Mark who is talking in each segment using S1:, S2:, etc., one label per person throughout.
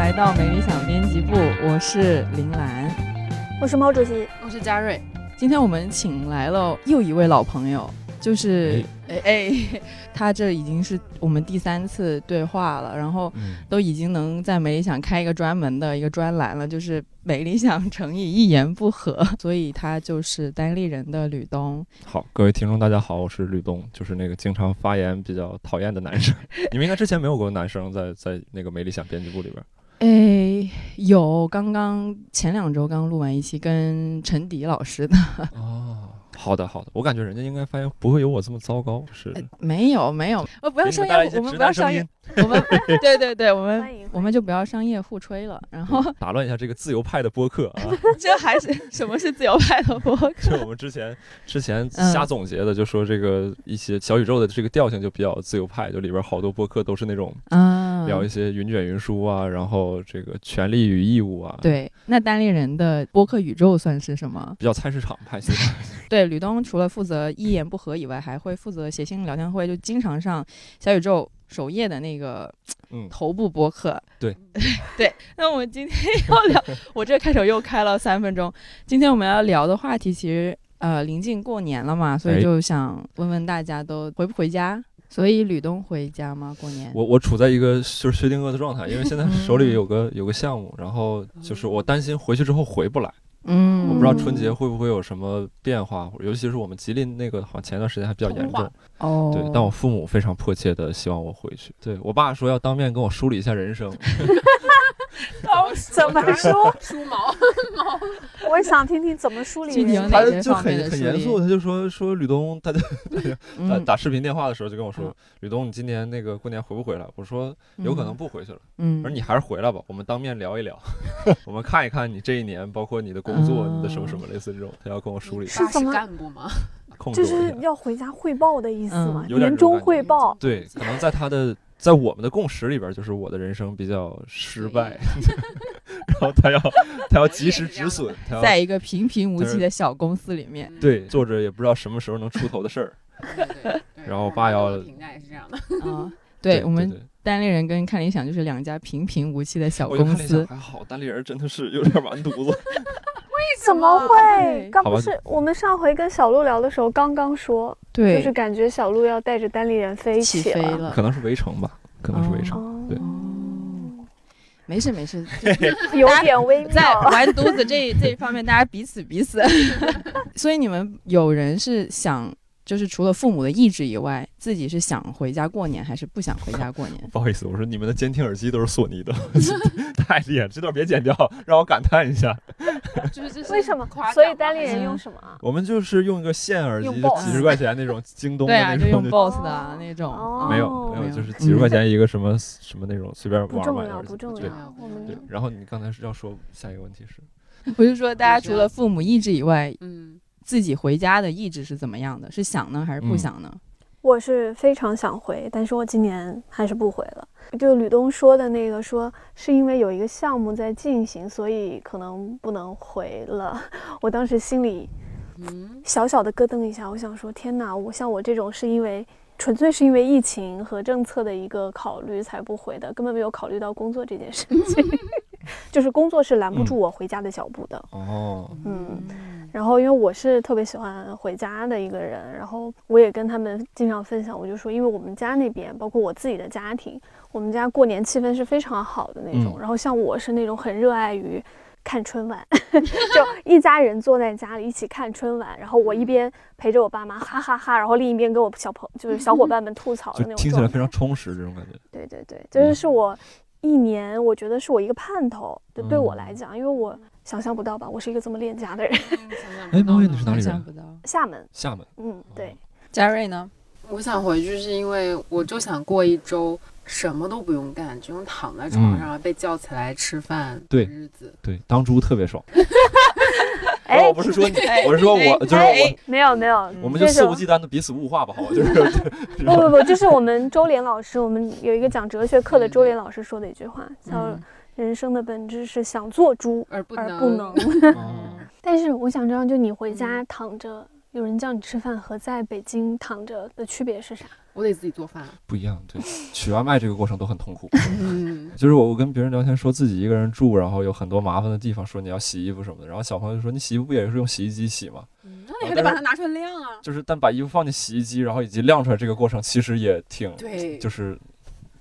S1: 来到美理想编辑部，我是林兰，
S2: 我是毛主席，
S3: 我是嘉瑞。
S1: 今天我们请来了又一位老朋友，就是哎哎， 他这已经是我们第三次对话了，然后
S4: 嗯，
S1: 都已经能在美理想开一个专门的一个专栏了，就是美理想乘以一言不合， 所以他就是单立人的吕东。
S4: 好，各位听众，大家好，我是吕东，就是那个经常发言比较讨厌的男生。你们应该之前没有过男生在在那个没理想编辑部里边。
S1: 哎，有刚刚前两周刚录完一期跟陈迪老师的，
S4: 哦，好的好的，我感觉人家应该发言不会有我这么糟糕，就是
S1: 呃没有没有，呃，不
S4: 不
S1: 要商业，我们不要商业，我们对对对，我们
S2: 欢迎。
S1: 我们就不要商业互吹了。然后
S4: 打乱一下这个自由派的播客啊，
S1: 这还是什么是自由派的博客？
S4: 就我们之前之前瞎总结的，就说这个一些小宇宙的这个调性就比较自由派，就里边好多播客都是那种
S1: 啊，
S4: 聊一些云卷云舒啊，然后这个权利与义务啊，，
S1: 对，那单立人的播客宇宙算是什么？
S4: 比较菜市场派系。
S1: 对，吕东除了负责一言不合以外，还会负责谐星聊天会，就经常上小宇宙首页的那个
S4: 嗯，
S1: 头部播客。
S4: 对
S1: 对，那我们今天要 聊，我这开头又开了三分钟。今天我们要聊的话题其实呃临近过年了嘛，所以
S4: 哎
S1: 就想问问大家都回不回家？所以吕东回家吗？过年？
S4: 我我处在一个就是薛定谔的状态，因为现在手
S1: 嗯
S4: 里有个有个项目，然后就是我担心回去之后回不来，
S1: 嗯，
S4: 我不知道春节会不会有什么变化，尤其是我们吉林那个好像前段时间还比较严
S3: 通
S4: 重
S3: 化，
S1: 哦，
S4: 对，但我父母非常迫切的希望我回去，对我爸说要当面跟我梳理一下人 生，
S2: 怎么说？
S3: 梳毛，
S2: 我想听听怎么梳理
S1: 具体有
S2: 人
S1: 哪
S4: 他
S1: 些
S4: 就
S1: 方面的
S4: 很
S1: 梳
S4: 很
S1: 理
S4: 严肃，他就说说吕东，他就打
S1: 嗯
S4: 打视频电话的时候就跟我说
S1: 嗯，
S4: 吕东你今年那个过年回不回来？我说有可能，不回去了。
S1: 嗯，
S4: 我说你还是回来吧，我们当面聊一 聊，我们看一看你这一年，包括你的工作、你的什么什么，类似这种，他要跟我梳理一下，
S2: 是怎么
S3: 干部吗？
S4: 控制
S2: 就
S4: 我一
S2: 是
S4: 下。
S2: 要回家汇报的意思嘛？
S1: 嗯
S4: 有点这种
S2: 年终汇报，
S4: 对，可能在他的在我们的共识里边，就是我的人生比较失败， 然后他要他要及时止损，他
S1: 在
S4: 要
S1: 一个平平无
S4: 就
S1: 奇
S4: 是
S1: 的小公司里 面，
S4: 对做着也不知道什么时候能出头的事儿。
S3: 嗯对，对对对
S4: 然后我爸要
S3: 我评价也是这样的，
S1: 啊， 对我们
S4: 对
S1: 单立人跟看理想就是两家平平无奇的小
S4: 我就
S1: 公
S4: 看了一下，
S1: 司，
S4: 还好单立人真的是有点完 犊子。
S2: 怎么嗯
S1: 对
S2: 会？刚
S4: 好吧
S2: 不是我们上回跟小鹿聊的时候刚刚说，就
S1: 对
S2: 是，感觉小鹿要带着单立人飞
S1: 起
S2: 起
S1: 飞
S2: 了。
S1: 了
S4: 可。能是围城吧，可能是围城。
S2: 哦，
S4: 对
S1: 哦，没事 没事，
S2: 有点 微
S1: 在
S2: 妙。
S1: 完犊子这一 这一方面，大家彼此彼 此。所以你们有人是想，就是除了父母的意志以外，自己是想回家过年，还是不想回家过年？
S4: 不好意思，我说你们的监听耳机都是索尼的， 太厉害了！这段别剪掉，让我感叹一下。
S3: 就是这是
S2: 为什么
S3: 夸？奖
S2: 所以单立
S3: 吗
S2: 人
S1: 嗯
S2: 用什么啊？
S4: 我们就是用一个线耳机，
S2: 用
S4: 就
S2: Boss
S4: 几十块钱那种京东的
S1: 对啊，
S4: 那
S1: 就用
S4: 种，
S1: boss 的啊那种。
S2: 哦
S1: 啊
S4: 没
S2: 哦
S4: 有没
S1: 没有
S4: 有，就是几十块钱一个什么什么那种随便
S2: 不
S4: 网上买
S2: 重
S4: 的
S2: 要，
S4: 耳机。
S2: 不重
S4: 对
S2: 要。嗯我们
S4: 对，然后你刚才是要说下一个问题是，
S1: 我就说，大家除了父母意志以外，
S3: 嗯，
S1: 自己回家的意志是怎么样的？是想呢，还是不
S4: 嗯
S1: 想呢？
S2: 我是非常想回，但是我今年还是不回了。就吕东说的那个说，是因为有一个项目在进行，所以可能不能回了。 我当时心里
S3: 嗯，
S2: 小小的咯噔一下，我想说，天哪！我像我这种是因为纯粹是因为疫情和政策的一个考虑才不回的，根本没有考虑到工作这件事情。 就是工作是拦不住我回家的脚步的。
S4: 哦，
S2: 嗯，然后因为我是特别喜欢回家的一个人，然后我也跟他们经常分享，我就说，因为我们家那边，包括我自己的家庭，我们家过年气氛是非常好的那种。
S4: 嗯
S2: 然后像我是那种很热爱 于看春晚，就一家人坐在家里一起看春晚，然后我一边陪着我爸妈哈哈哈然后另一边跟我小朋就是小伙伴们吐槽的
S4: 就
S2: 那种
S4: 听起来
S2: 状态
S4: 非常嗯充实，这种感觉。
S2: 对对对，就是是我一年，我觉得是我一个盼头，就对我
S4: 嗯
S2: 来讲，因为我想象不到吧，我是一个这么恋家的人。
S3: 嗯
S4: 哎，猫爷你是哪
S1: 想
S4: 里
S1: 象
S4: 人？
S1: 不到。
S2: 厦门，
S4: 厦门。
S2: 嗯，对。
S1: 嘉瑞呢？
S3: 我想回去是因为我就想过一周什么都不用干，只用躺在床上被叫起来吃饭的
S4: 嗯对
S3: 日子。
S4: 对，当猪特别爽。
S2: 哎，
S4: 哦我不是说你
S1: 哎，
S4: 我是说我，就是
S1: 哎
S4: 我，
S2: 没有没有，
S4: 我们就
S2: 这
S4: 肆
S2: 种
S4: 无忌惮的彼此物化吧，好吧， 就是就是
S2: 不不不，这是我们周濂老师，我们有一个讲哲学课的周濂老师说的一句话，叫
S1: 嗯
S2: “人生的本质是想做猪
S3: 而不
S2: 而
S3: 能，
S2: 不能”。
S4: 哦
S2: 但是我想知道，就你回家躺着，有人叫你吃饭和在北京躺着的区别是啥？
S3: 我得自己做 饭。
S4: 不一样。对，取外卖这个过程都很痛苦。
S3: 嗯，
S4: 就是我我跟别人聊天说自己一个人住，然后有很多麻烦的地方，说你要洗衣服什么的。然后小朋友就说你洗衣服不也是用洗衣机洗吗？
S3: 嗯那你还得把它拿出来晾啊。
S4: 就是但把衣服放进洗衣机，然后以及晾出来这个过程，其实也挺，
S3: 对，
S4: 就是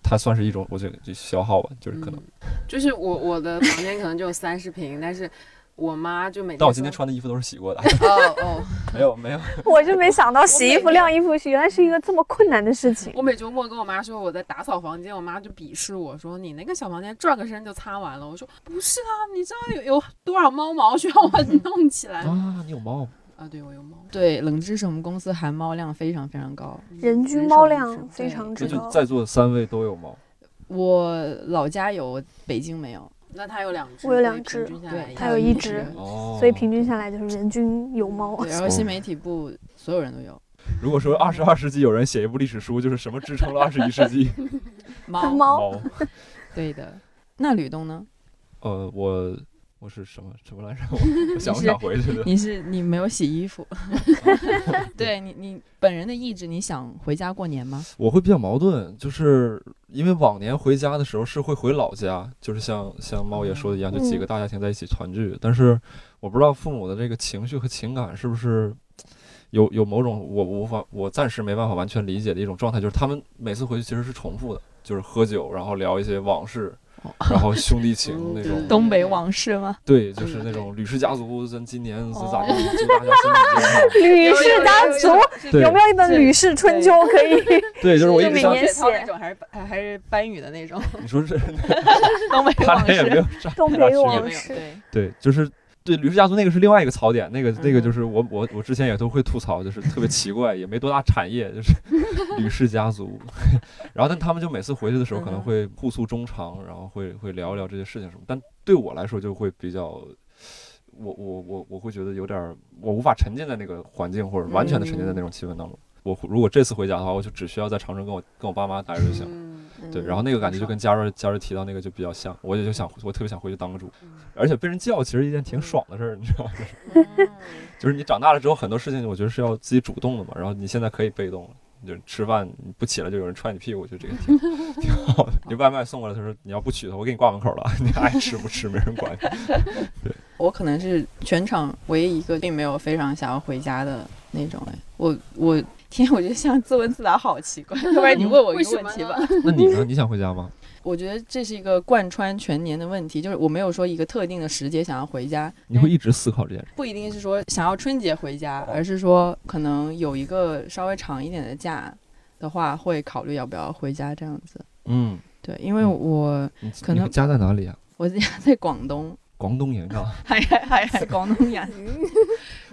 S4: 它算是一种我觉得就消耗吧，就是可能。
S3: 嗯就是我我的房间可能只有三十平，但是我妈就每天
S4: 但我今天
S3: 说
S4: 穿的衣服都是洗过 的，
S3: 哦哦，
S4: 没有没有。
S2: 我就没想到洗衣服、晾衣服是原来是一个这么困难的事情。
S3: 我每周末跟我妈说我在打扫房间，我妈就鄙视我说你那个小房间转个身就擦完了。我说不是啊，你知道有有多少猫毛需要我 弄起来吗？
S4: 啊，你有猫？
S3: 啊，对我有猫，嗯
S1: 对，冷知识，我们公司含猫量非常非常高。
S2: 人均
S3: 手
S2: 猫
S3: 一
S2: 粮
S3: 只
S2: 非
S3: 对
S2: 常
S4: 就
S2: 之
S4: 就
S2: 高，
S4: 在座三位都有猫。
S1: 我老家有，北京没有。
S3: 那它有两只，
S2: 我有
S3: 所以
S2: 两
S3: 平
S2: 只
S3: 均下
S1: 对
S3: 来
S1: 它
S3: 也
S1: 有
S3: 一
S1: 一
S3: 只
S1: 只
S4: 哦
S2: 所以平均下来就是人均有猫。
S1: 对，然后新媒体部所有人都有
S4: 如果说二十二世纪有人写一部历史书，就是什么支撑了二十一世 纪
S1: 猫。
S2: 猫，
S4: 猫？
S1: 对的。那吕东呢？
S4: 呃，我我是什么什么来着？我 我想不想回去的？
S1: 你是你没有洗衣 服，对你你本人的意志，你想回家过年吗？
S4: 我会比较矛盾，就是因为往年回家的时候是会回老家，就是像像猫爷说的一样，就几个
S2: 嗯
S4: 大家庭在一起团聚。但是我不知道父母的这个情绪和情感是不是有有某种我无法我暂时没办法完全理解的一种状态，就是他们每次回去其实是重复的，就是喝酒，然后聊一些往事
S1: 哦，
S4: 然后兄弟 情那种。
S1: 东北往事吗？
S4: 嗯对，就是那种吕氏家族，咱今年
S2: 哦
S4: 是咋地，祝大家 身体健
S2: 吕氏家族
S4: 康。对
S2: 有没有一本《
S1: 对
S2: 吕氏春秋》可 以？
S4: 对，就是我一
S2: 就
S4: 直
S2: 每
S4: 想，
S2: 年写
S1: 那种，还是还是班语的那 种
S4: 你说这
S1: 东 北
S4: 他
S1: 往
S4: 俩也没有
S1: 事。
S4: 啥
S2: 东
S4: 啥
S2: 北
S4: 区别
S1: 也
S2: 往
S1: 没有
S2: 事
S1: 对，
S4: 对，就是对《吕氏家族》那个是另外一个槽点，那个那个
S1: 嗯
S4: 就是我我我之前也都会吐槽，就是特别奇怪，也没多大产业，就是 吕氏家族。 然后但他们就每次回去的时候可能
S1: 嗯
S4: 会互诉衷肠，然后会会聊一聊这些事情什么，但对我来说就会比较。我我我我会觉得有点儿，我无法沉浸在那个环境，或者完全的沉浸在
S1: 嗯
S4: 那种气氛当中。我如果这次回家的话，我就只需要在长春跟我跟我爸妈待着就行。
S3: 嗯
S4: 对，
S1: 嗯
S4: 然后那个感觉就
S3: 爽
S4: 跟嘉瑞嘉瑞提到那个就比较像，我也就想我特别想回去当个主
S3: 嗯，
S4: 而且被人叫其实一件挺爽的事儿，你知道吗？
S3: 嗯
S4: 就是你长大了之后很多事情我觉得是要自己主动的嘛，然后你现在可以被动了。就是吃饭你不起来就有人踹你屁股，就这个 挺挺好的。你外卖送过来，他说你要不取的话，我给你挂门口了， 你爱吃不吃没人管你。
S1: 我可能是全场唯一一个并没有非常想要回家的那种哎，我我天，我觉得像自问自答好奇 怪，要不然你问我一
S3: 为
S1: 个
S3: 什
S1: 问
S3: 么
S1: 题
S3: 呢
S1: 吧。
S4: 那你 呢？你想回家吗？
S3: 哎
S1: 我觉得这是一个贯穿全年的问题，就是我没有说一个特定的时节想要回家，
S4: 你会一直思考这件事？
S1: 不一定是说想要春节回家，而是说可能有一个稍微长一点的假的话，会考虑要不要回家这样子。
S4: 嗯，
S1: 对，因为
S4: 嗯
S1: 我
S4: 你
S1: 可能
S4: 你家在哪里啊？
S1: 我家在广东，
S4: 广东 人啊？
S1: 还还还广东人。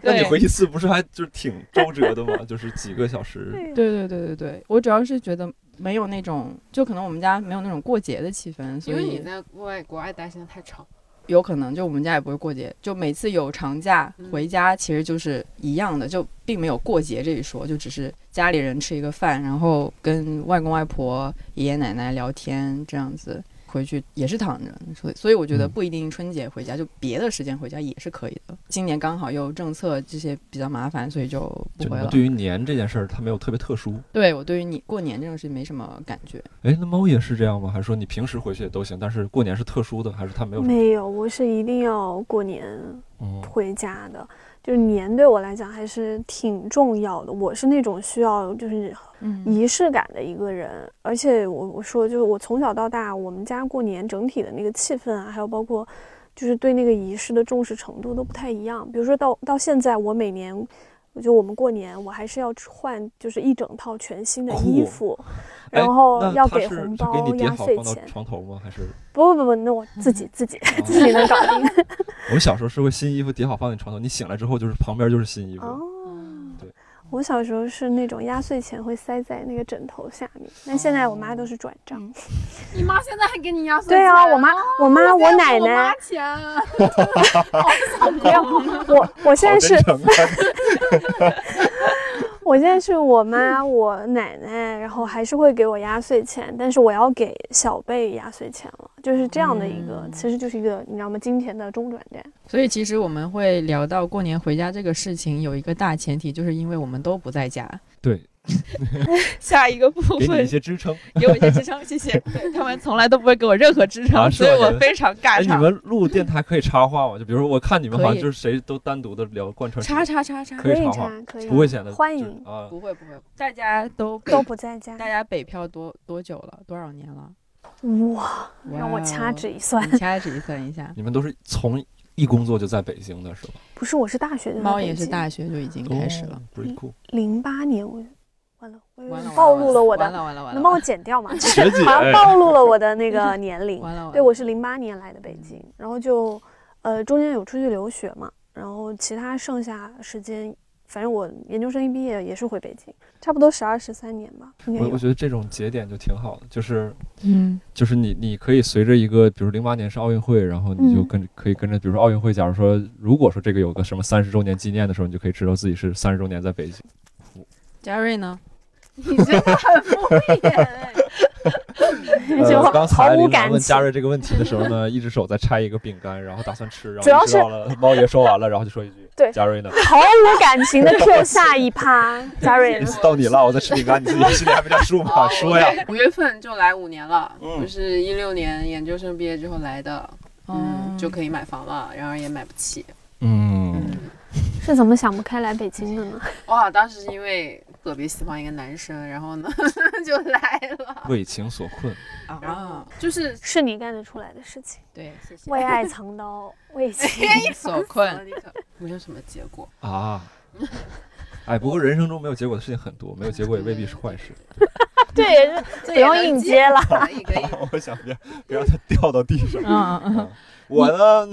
S4: 那你
S1: 对
S4: 回一次不是还就是挺周折的吗？就是几个小时。
S1: 对对对对对，我主要是觉得没有那种，就可能我们家没有那种过节的气氛，所
S3: 因为你
S1: 以
S3: 在国外国外待时间太长，
S1: 有可能就我们家也不会过节，就每次有长假
S3: 嗯
S1: 回家其实就是一样的，就并没有过节这一说，就只是家里人吃一个饭，然后跟外公外婆、爷爷奶奶聊天这样子。回去也是躺着，所以所以我觉得
S4: 嗯
S1: 不一定春节回家，就别的时间回家也是可以的。今年刚好又政策这些比较麻烦，所以就不
S4: 就你
S1: 回
S4: 们
S1: 了。
S4: 对于年这件事儿，它没有特别特殊。
S1: 对我对于你过年这种事没什么感觉。
S4: 哎，那猫也是这样吗？还是说你平时回去也都行，但是过年是特殊的，还是它没有什么？
S2: 没有，我是一定要过年
S4: 嗯，
S2: 回家的。就是年对我来讲还是挺重要的，我是那种需要就是
S1: 嗯
S2: 仪式感的一个人，而且我我说就是我从小到大，我们家过年整体的那个气氛啊，还有包括就是对那个仪式的重视程度都不太一样。比如说到到现在，我每年就我们过年，我还是要换就是一整套全新的衣
S4: 酷
S2: 服，
S4: 哎
S2: 然后
S4: 那
S2: 要
S4: 它
S2: 给
S4: 是
S2: 红
S4: 是给
S2: 包、
S4: 你叠
S2: 压
S4: 好
S2: 岁
S4: 放到
S2: 钱。
S4: 床头吗？还是
S2: 不不不，那我自 己自己
S4: 哦
S2: 自己能搞定。
S4: 我们小时候是会新衣服叠好放在床头，你醒来之后就是旁边就是新衣服。
S2: 哦，
S4: 对
S2: 我小时候是那种压岁钱会塞在那个枕头下面，那现在我妈都是转账。
S3: 你妈现在还给你压岁
S2: 对啊，我妈，我妈，我奶
S3: 我
S2: 奶
S3: 妈，钱，
S2: 没有，我哦我现在
S4: 好
S2: 是
S4: 真诚啊！
S2: 我现在是 我妈、我奶奶，然后还是会给我压岁钱，但是我要给小辈压岁钱了，就是这样的一个，
S1: 嗯
S2: 其实就是一个你知道吗？金钱的中转站。
S1: 所以其实我们会聊到过年回家这个事情，有一个大前提，就是因为我们都不在家。
S4: 对，
S1: 下一个部
S4: 给你一
S1: 分
S4: 些支撑。
S1: 给我一些支撑，谢谢。对他们从来都不会给我任何支撑，
S4: 啊是
S1: 所
S4: 吗
S1: 以我非常
S4: 哎，
S1: 尬
S4: 你
S1: 场。
S4: 们录电台可以插话吗？就比如说，我看你们好像
S5: 可以
S4: 就是谁都单独的聊贯穿时间，
S1: 叉叉叉叉，
S4: 可以
S2: 以
S4: 插话
S2: 查，可以
S4: 不会显得
S2: 欢
S4: 就是
S2: 迎
S4: 啊。，
S5: 不会不会，
S1: 大家都
S2: 都不在家
S5: 大。家北漂多多久了？多少年了？哦
S2: 哇，让我掐指一算，
S5: 你掐指一算一下
S4: 你们都是从一工作就在北京的是吧？
S2: 不是，我是大学就在
S5: 猫
S2: 北
S5: 也是
S2: 京
S5: 大学就已
S4: 哦
S5: 经开始了。
S4: ，pretty cool。
S2: 零八年我，完了，我有
S5: 完了完
S2: 点
S5: 了
S2: 嗯暴露了我
S5: 完
S2: 的，
S5: 了完了完了
S2: 能帮我剪掉吗？
S4: 学姐， 哎
S2: 好像暴露了我的那个年龄。
S5: 完了完了，
S2: 对，我是零八年来的北京，然后就，呃，中间有出去留学嘛，然后其他剩下时间，反正我研究生一毕业也是回北京，差不多十二十三年吧，应该
S4: 我我
S2: 有。
S4: 觉得这种节点就挺好的，就是
S5: 嗯，
S4: 就是你你可以随着一个，比如零八年是奥运会，然后你就
S2: 嗯
S4: 跟、可以跟着，比如说奥运会，假如说如果说这个有个什么三十周年纪念的时候，你就可以知道自己是三十周年 在北京。
S5: 嘉瑞呢？
S3: 你真的很敷衍哎。
S2: 就
S4: 呃，刚
S2: 毫
S4: 才
S2: 无
S4: 琳达
S2: 感
S4: 问嘉
S2: 情。
S4: 瑞这个问题的时候呢，一只手在拆一个饼干，然后打算吃，然
S2: 主要
S4: 后意识到了猫爷说完了，然后就说一句：“
S2: 对
S4: 嘉瑞 呢？
S2: 毫无感情的 Q 下一趴，嘉瑞
S4: 意， 思到你了，我在吃饼干，你自己心里还没点数吗？说呀。
S3: 五月份就来五年了，
S4: 嗯
S3: 我是一六年研究生毕业之后来的，
S1: 哦
S3: 嗯，就可以买房了，然而也买不起。”
S4: 嗯，
S3: 嗯，
S2: 是怎么想不开来北京的呢？
S3: 哇，当时是因为特别喜欢一个男生，然后呢 就来了，
S4: 为情所困。
S3: 然后
S5: 啊，
S3: 就是
S2: 是你干得出来的事情，
S5: 对，
S2: 为爱藏刀，为情。
S5: 所困。
S3: 立刻没有什么结果。
S4: 啊。哎，不过人生中没有结果的事情很多，没有结果也未必是坏事。
S2: 对，不用硬接了。
S3: 可以可以，
S4: 我想别别让它掉到地上。
S5: 嗯嗯嗯，
S4: 我呢，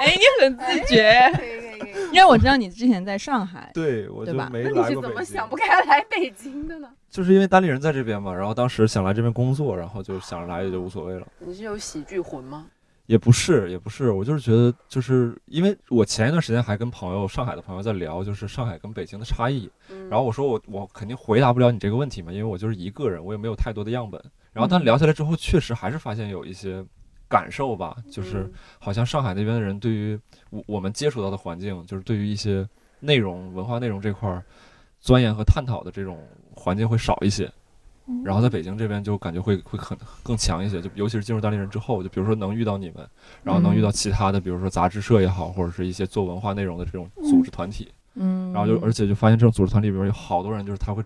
S5: 哎，你很自觉，
S3: 可以可以可以。
S5: 因为我知道你之前在上海，
S4: 对我就
S5: 对吧
S4: 没
S3: 那你
S4: 来
S3: 是
S4: 过
S3: 怎
S4: 北
S3: 么
S4: 京
S3: 想，不开来北京的呢？
S4: 就是因为单立人在这边嘛，然后当时想来这边工作，然后就想着来也就无所谓了。
S3: 你是有喜剧魂吗？
S4: 也不是，也不是，我就是觉得，就是因为我前一段时间还跟朋友，上海的朋友在聊，就是上海跟北京的差异。
S3: 嗯
S4: 然后我说我我肯定回答不了你这个问题嘛，因为我就是一个人，我也没有太多的样本。然后但
S5: 嗯
S4: 聊下来之后，确实还是发现有一些感受吧，就是
S3: 嗯
S4: 好像上海那边的人对于我我们接触到的环境，就是对于一些内容、文化内容这块儿钻研和探讨的这种环境会少一些。
S3: 嗯
S2: 嗯
S4: 然后在北京这边就感觉会会很更强一些，就尤其是进入单立人之后，就比如说能遇到你们，然后能
S3: 嗯
S4: 遇到其他的，比如说杂志社也好，或者是一些做文化内容的这种组织团体，
S5: 嗯，
S4: 然后就而且就发现这种组织团体里边有好多人，就是他会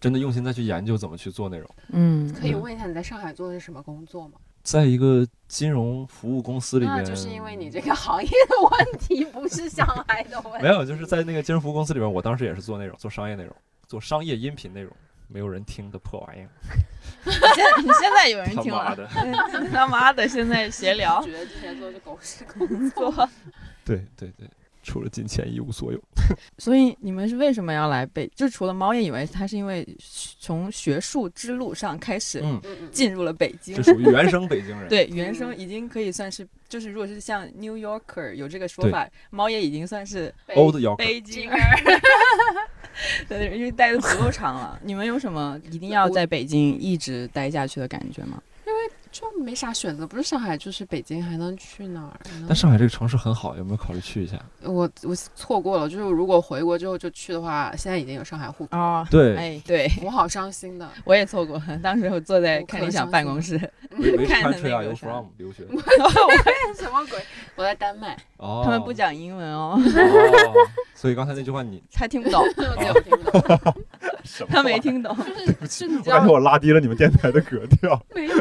S4: 真的用心再去研究怎么去做内容。
S5: 嗯，
S3: 可以问一下你在上海做的是什么工作吗？
S4: 在一个金融服务公司里
S3: 那
S4: 边，
S3: 就是因为你这个行业的问题，不是上海的问题。
S4: 没有，就是在那个金融服务公司里边，我当时也是做内容，做商业内容，做商业音频内容，没有人听的破玩意儿，
S1: 现 在你现在有人
S4: 他
S1: 听
S4: 妈
S1: 了，
S4: 的！
S1: 他妈的，现在闲 聊
S3: 觉得之前做的是狗屎
S4: 嗯
S3: 工作。
S1: 做
S4: 对对对，除了金钱一无所有。
S5: 所以你们是为什么要来北？就除了猫眼以外，他是因为从学术之路上开始
S4: 嗯，
S3: 嗯嗯
S5: 进入了北京
S4: 这。属于原生北京人。
S5: 对，原生已经可以算是，就是如果是像 New Yorker 有这个说
S4: 对
S5: 法，猫眼已经算是
S4: ，old York。
S5: 北京人， 对对，因为待的足够长了。你们有什么一定要在北京一直待下去的感觉吗？
S3: 就没啥选择，不是上海就是北京，还能去哪儿呢？
S4: 但上海这个城市很好，有没有考虑去一下？
S3: 我我错过了，就是如果回国之后就去的话，现在已经有上海户口，
S5: 哦，
S4: 对，
S5: 哎，对
S3: 我好伤心的。
S5: 我也错过，当时我坐在
S3: 我
S5: 看
S3: 可
S5: 理
S3: 伤
S5: 想
S3: 心
S5: 办公室，
S4: 没没
S5: 看的
S4: country
S5: 那
S4: 啊
S5: 个
S4: ，you
S5: 啥
S4: from 留学。
S3: 什么鬼？我在丹麦，
S4: 哦，
S5: 他们 不讲英文哦，
S4: 哦。所以刚才那句话你
S5: 他听不懂，
S3: 对我听不懂，
S4: 什么
S5: 他没听懂。
S3: 就是是你知
S4: 我感
S3: 道
S4: 觉我拉低了你们电台的格调。
S3: 没有？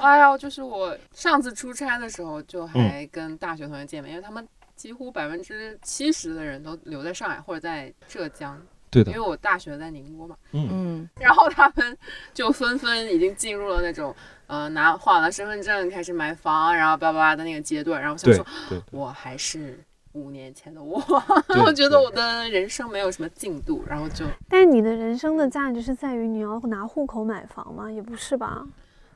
S3: 哎呀，就是我上次出差的时候，就还跟大学同学见面，因为他们几乎百分之七十的人都留在上海或者在浙江，
S4: 对的
S3: 因为，我大学在宁波嘛。
S4: 嗯，
S5: 嗯，
S3: 然后他们就纷纷已经进入了那种，呃，拿换了身份证开始买房，然后叭叭叭的那个阶段。然后我想
S4: 对
S3: 说，
S4: 对
S3: 我还是五年前的我，
S4: 对，
S3: 我觉
S4: 对
S3: 得我的人生没有什么进度，然后就，
S2: 但是你的人生的价值是在于你要拿户口买房吗？也不是吧？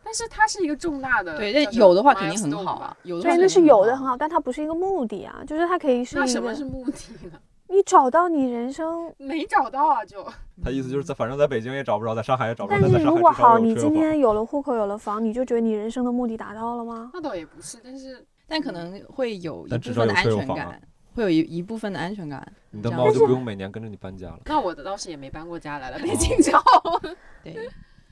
S3: 但是它是一个重大的，
S5: 对，
S3: 叫
S5: 但
S3: 什
S5: 有
S3: 么
S5: 的话肯定很
S3: milestone
S5: 好
S3: 吧
S5: 啊。，有的话
S2: 对，那是
S5: 肯定
S2: 有的很
S5: 好。
S2: 好，但它不是一个目的啊，就是它可以是
S3: 那
S2: 一
S3: 什
S2: 个
S3: 么是目的呢？
S2: 你找到你人生。
S3: 没找到啊，就
S4: 他意思就是在，反正在北京也找不着，在上海也找不着。
S2: 但是
S4: 在上
S2: 如
S4: 海
S2: 果
S4: 至少
S2: 好，
S4: 有
S2: 你
S4: 车
S2: 今
S4: 吧
S2: 天有了户口，有了房，你就觉得你人生的目的达到了吗？
S3: 那倒也不是，但是
S5: 但可能会有一
S4: 但至
S5: 部
S4: 少
S5: 分的
S4: 有
S5: 安
S4: 车有
S5: 全
S4: 房啊
S5: 感。会有一一部分的安全感。
S4: 你的
S5: 这样
S4: 猫
S5: 子
S4: 就不用每年跟着你搬家了。
S3: 那我的倒是也没搬过
S4: 哦
S3: 家来了，北京郊。
S5: 对，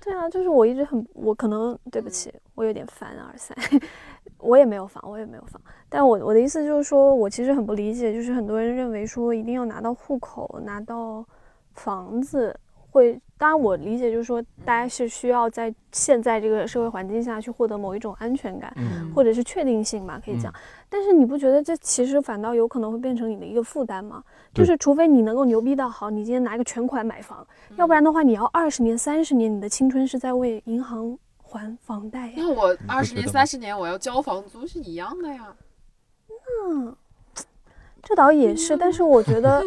S2: 对啊，就是我一直很，我可能对不起，我有点凡尔赛， 我也没有房，我也没有房。但我我的意思就是说，我其实很不理解，就是很多人认为说一定要拿到户口，拿到房子会，当然我理解就是说，大家是需要在现在这个社会环境下去获得某一种安全感，
S4: 嗯
S2: 或者是确定性吧，可以讲。但是你不觉得这其实反倒有可能会变成你的一个负担吗？就
S4: 对
S2: 是除非你能够牛逼到好，你今天拿一个全款买房，要不然的话，你要二十年、三十年，你的青春是在为银行还房贷呀。
S3: 那我
S4: 不
S3: 二十
S4: 觉
S3: 年、
S4: 得
S3: 三
S4: 吗
S3: 十年，我要交房租是一样的呀。
S2: 嗯，这倒也是，但是我觉得，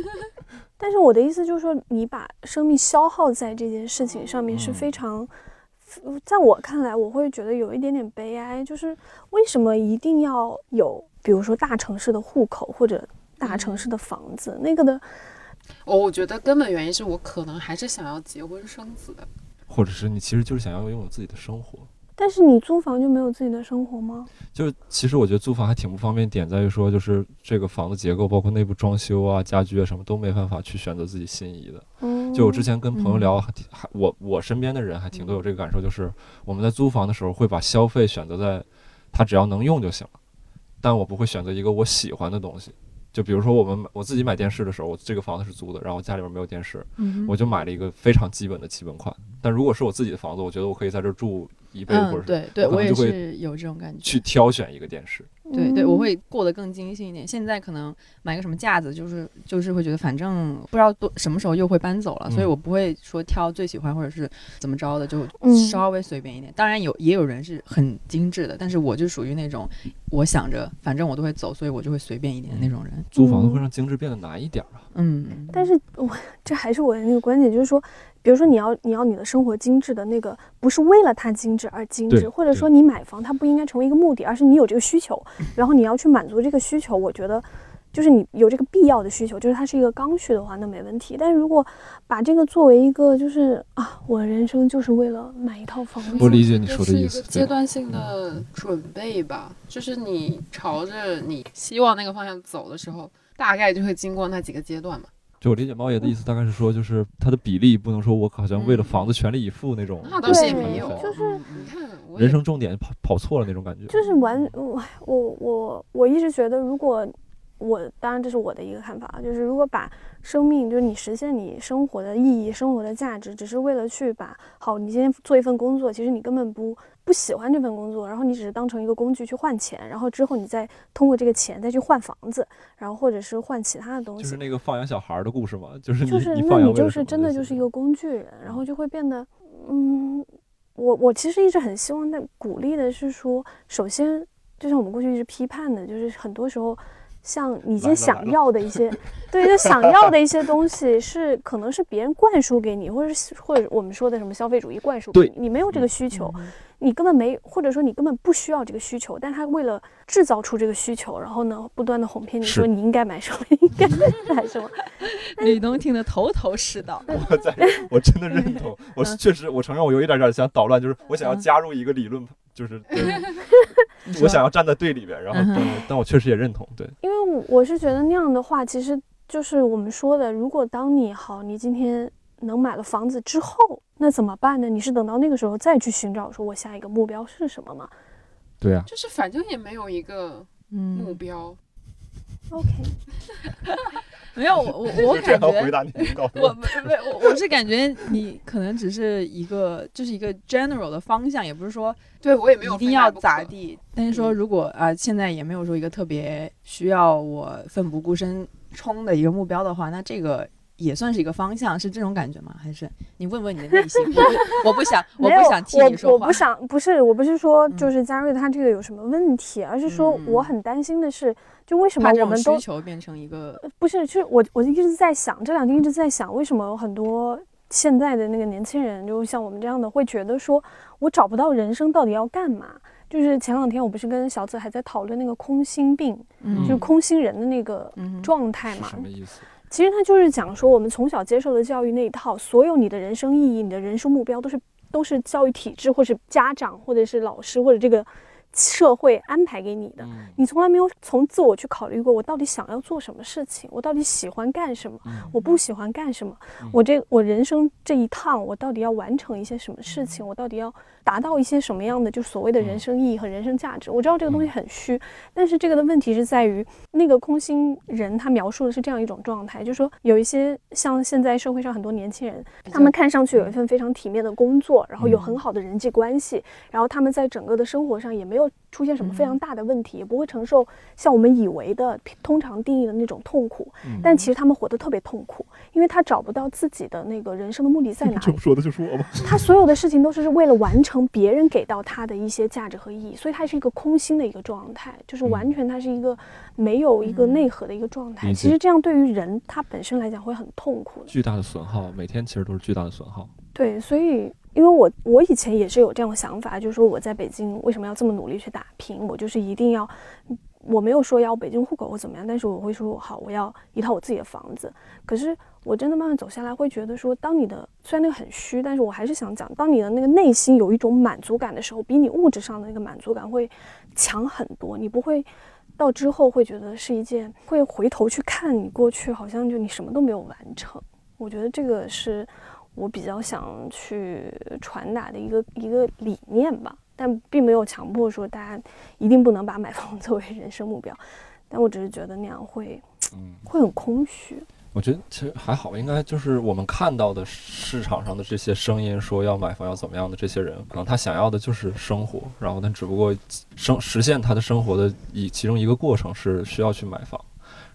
S2: 但是我的意思就是说，你把生命消耗在这件事情上面是非
S4: 嗯
S2: 常，在我看来，我会觉得有一点点悲哀，就是为什么一定要有，比如说大城市的户口或者大城市的房子，那个的，
S3: 哦，我觉得根本原因是我可能还是想要结婚生子的。
S4: 或者是你其实就是想要拥有自己的生活。
S2: 但是你租房就没有自己的生活吗？
S4: 就是其实我觉得租房还挺不方便，点在于说就是这个房子结构，包括内部装修啊、家具啊什么都没办法去选择自己心仪的。
S2: 嗯，
S4: 就我之前跟朋友
S5: 嗯
S4: 聊，还挺还我我身边的人还挺多有这个感受，就是我们在租房的时候会把消费选择在他只要能用就行了，但我不会选择一个我喜欢的东西。就比如说我们买我自己买电视的时候，我这个房子是租的，然后家里边没有电视，
S5: 嗯
S4: 我就买了一个非常基本的基本款。但如果是我自己的房子，我觉得我可以在这儿住一辈子，或者
S5: 嗯，
S4: 是
S5: 对对，
S4: 我可
S5: 我
S4: 能
S5: 也
S4: 就会
S5: 是有这种感觉
S4: 去。挑选一个电视。
S5: 对对，我
S2: 嗯
S5: 会过得更精心一点。现在可能买个什么架子，就是就是会觉得反正不知道多什么时候又会搬走了，所以
S4: 嗯
S5: 我不会说挑最喜欢或者是怎么着的，就
S2: 嗯
S5: 稍微随便一点。当然有也有人是很精致的，但是我就属于那种我想着反正我都会走，所以我就会随便一点的那种人。
S4: 租房子会让精致变得难一点儿啊。
S5: 嗯，
S2: 但是我这还是我的那个观点，就是说，比如说你要你要你的生活精致的那个，不是为了它精致而精致，
S4: 对嗯
S2: 或者说你买房它不应该成为一个目的，而是你有这个需求，然后你要去满足这个需求。我觉得，就是你有这个必要的需求，就是它是一个刚需的话，那没问题。但是如果把这个作为一个就是啊，我人生就是为了买一套房子，
S4: 我理解你
S3: 这
S4: 说的
S3: 是
S4: 意
S3: 一
S4: 思
S3: 个，
S4: 对
S3: 阶段性的准备吧，就是你朝着你希望那个方向走的时候，大概就会经过那几个阶段嘛。
S4: 就我理解猫爷的意思，大概是说，就是它的比例不能说我好像为了
S5: 嗯
S4: 房子全力以赴那种，
S3: 那倒是也
S2: 对
S3: 没有，
S2: 就是
S1: 嗯
S3: 你看我也
S4: 人生重点跑跑错了那种感觉。
S2: 就是完我我我我一直觉得，如果我当然这是我的一个看法啊，就是如果把生命，就是你实现你生活的意义、生活的价值，只是为了去把好，你今天做一份工作，其实你根本不不喜欢这份工作，然后你只是当成一个工具去换钱，然后之后你再通过这个钱再去换房子，然后或者是换其他的东
S4: 就
S2: 西
S4: 是。那个放羊小孩的故事嘛，就是你
S2: 就是
S4: 你
S2: 那
S4: 放羊
S2: 你
S4: 为了
S2: 就
S4: 什
S2: 是
S4: 么
S2: 真的就是一个工具人，然后
S4: 嗯
S2: 就会变得，嗯，我我其实一直很希望的鼓励的是说，首先就像我们过去一直批判的，就是很多时候。像你已
S4: 来
S2: 经
S4: 了
S2: 想
S4: 来了
S2: 要的一些， 对，就想要的一些东西是可能是别人灌输给你，或者是或者我们说的什么消费主义灌输给
S4: 对
S2: 你，你没有这个需求，
S5: 嗯
S2: 你根本没，或者说你根本不需要这个需求，但他为了制造出这个需求，然后呢不断的哄骗你
S4: 是
S2: 说你应该买什么， 应该买什么，
S1: 吕东听得头头是道。
S2: 嗯
S4: 我在 我真的认同，我
S5: 嗯
S4: 确实我承认我有一点点想捣乱，就是我想要
S5: 嗯
S4: 加入一个理论，就是
S2: 嗯
S5: 你
S4: 我
S5: 说
S4: 想要站在对里边，然后
S5: 嗯哼
S4: 但但我确实也认同，对，
S2: 因为我我是觉得那样的话，其实就是我们说的，如果当你好，你今天能买了房子之后，那怎么办呢？你是等到那个时候再去寻找，说我下一个目标是什么吗
S4: 对啊，
S3: 就是反正也没有一个目
S5: 嗯，
S3: 标，
S2: ？OK，
S1: 没有我我 我感觉
S4: 答你领导
S1: 我没没我我是感觉你可能只是一个就是一个 general 的方向，也不是说
S3: 对我也没有
S1: 一定
S3: 非
S1: 要
S3: 干不可嗯
S1: 咋。地。但是说如果啊、现在也没有说一个特别需要我奋不顾身冲的一个目标的话，那这个。也算是一个方向，是这种感觉吗？还是你问问你的内心？我 不，我不想，我
S2: 没有
S1: 不想替你
S2: 我
S1: 说
S2: 我
S1: 话。
S2: 不想，不是，我不是说
S5: 嗯
S2: 就是嘉瑞他这个有什么问题，而是说
S5: 嗯嗯
S2: 我很担心的是，就为什么
S5: 怕这
S2: 我
S5: 种
S2: 们都
S5: 需求变成一个
S2: 不是，就是我我一直在想，这两天一直在想，为什么有很多现在的那个年轻人，就像我们这样的，会觉得说我找不到人生到底要干嘛？就是前两天我不是跟小紫还在讨论那个空心病，
S5: 嗯
S2: 就是空心人的那个
S5: 嗯哼
S2: 状态
S4: 是
S2: 嘛
S4: 什。么意思？
S2: 其实他就是讲说，我们从小接受的教育那一套，所有你的人生意义、你的人生目标都是都是教育体制，或是家长，或者是老师，或者这个社会安排给你的。
S4: 嗯
S2: 你从来没有从自我去考虑过，我到底想要做什么事情，我到底喜欢干什么，
S4: 嗯
S2: 我不喜欢干什么
S4: 嗯，
S2: 我这我人生这一趟，我到底要完成一些什么
S4: 嗯
S2: 事情，我到底要达到一些什么样的，就所谓的人生意义和人生价值。我知道这个东
S4: 嗯
S2: 西很虚，但是这个的问题是在于，那个空心人他描述的是这样一种状态，就是说有一些像现在社会上很多年轻人，他们看上去
S4: 嗯
S2: 有一份非常体面的工作，然后有很好的人际关系，然后他们在整个的生活上也没有出现什么非
S4: 嗯
S2: 常大的问题，也不会承受像我们以为的通常定义的那种痛苦，
S4: 嗯
S2: 但其实他们活得特别痛苦，因为他找不到自己的那个人生的目的 在哪
S4: 这
S2: 里
S4: 不，说的就是我吧。
S2: 他所有的事情都是为了完成别人给到他的一些价值和意义，所以他是一个空心的一个状态，就是完全他是一个没有一个内核的一个状态。
S4: 嗯理解
S2: 其实这样对于人他本身来讲会很痛苦的。
S4: 巨大的损耗，每天其实都是巨大的损耗。
S2: 对，所以因为我我以前也是有这样的想法，就是说我在北京为什么要这么努力去打拼？我就是一定要，嗯我没有说要北京户口或怎么样，但是我会说好，我要一套我自己的房子。可是我真的慢慢走下来，会觉得说，当你的虽然那个很虚，但是我还是想讲，当你的那个内心有一种满足感的时候，比你物质上的那个满足感会强很多，你不会。到之后会觉得是一件会回头去看你过去，好像就你什么都没有完成。我觉得这个是我比较想去传达的一个一个理念吧，但并没有强迫说大家一定不能把买房作为人生目标，但我只是觉得那样会
S4: 嗯，
S2: 会很空虚。
S4: 我觉得其实还好，应该就是我们看到的市场上的这些声音说要买房要怎么样的这些人，可能他想要的就是生活，然后但只不过生实现他的生活的一其中一个过程是需要去买房。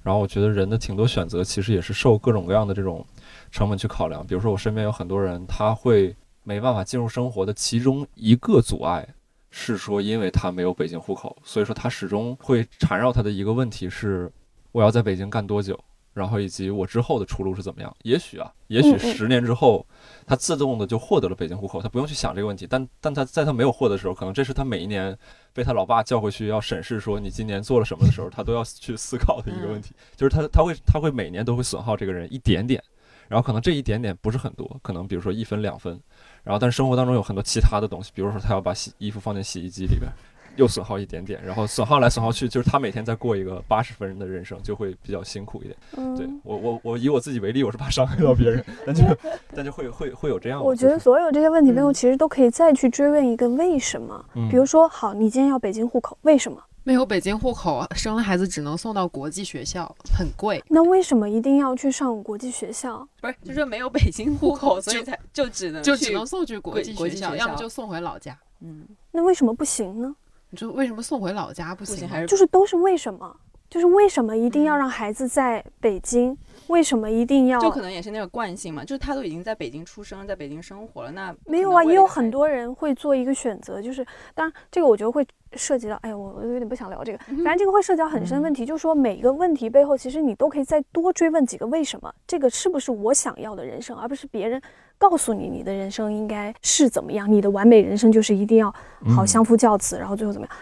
S4: 然后我觉得人的挺多选择其实也是受各种各样的这种成本去考量，比如说我身边有很多人他会没办法进入生活的其中一个阻碍是说因为他没有北京户口，所以说他始终会缠绕他的一个问题是我要在北京干多久。然后以及我之后的出路是怎么样？也许啊，也许
S2: 嗯嗯
S4: 十年之后，他自动的就获得了北京户口，他不用去想这个问题。但但他在他没有获得的时候，可能这是他每一年被他老爸叫回去要审视说你今年做了什么的时候，他都要去思考的一
S2: 嗯
S4: 个问题，就是他他会他会每年都会损耗这个人一点点，然后可能这一点点不是很多，可能比如说一分两分，然后但是生活当中有很多其他的东西，比如说他要把洗衣服放进洗衣机里边。又损耗一点点，然后损耗来损耗去，就是他每天在过一个八十分的人生，就会比较辛苦一点。对
S2: 嗯，
S4: 我我我以我自己为例，我是怕伤害到别人，但就 但就会会会有这样的。
S2: 我觉
S4: 就
S2: 得
S4: 是
S2: 所有这些问题背后
S5: 嗯
S2: 其实都可以再去追问一个为什么，
S4: 嗯
S2: 比如说，好，你今天要北京户口，为什么？
S3: 没有北京户口，生了孩子只能送到国际学校，很贵。
S2: 那为什么一定要去上国际学校？
S1: 不是，就是没有北京户口，所以才就只能
S3: 就
S1: 去
S3: 只能送去国
S1: 贵
S3: 际
S1: 国
S3: 学
S1: 际
S3: 校，
S1: 学
S3: 要么
S1: 校
S3: 就送回老家。
S5: 嗯，
S2: 那为什么不行呢？
S3: 你说为什么送回老家不啊
S1: 不行
S3: 呢
S1: 还是
S2: 就是都是为什么？就是为什么一定要让孩子在北京？为什么一定要？
S1: 就可能也是那个惯性嘛，就是他都已经在北京出生，在北京生活了，那
S2: 没有
S1: 可能
S2: 啊，
S1: 为了
S2: 也有
S1: 孩
S2: 很多人会做一个选择，就是当然这个我觉得会涉及到，哎，我我有点不想聊这个，反正这个会涉及到很深的问题，就是说每一个问题背后，其实你都可以再多追问几个为什么，这个是不是我想要的人生，而不是别人告诉你你的人生应该是怎么样，你的完美人生就是一定要
S4: 嗯
S2: 好相夫教子，然后最后怎么样？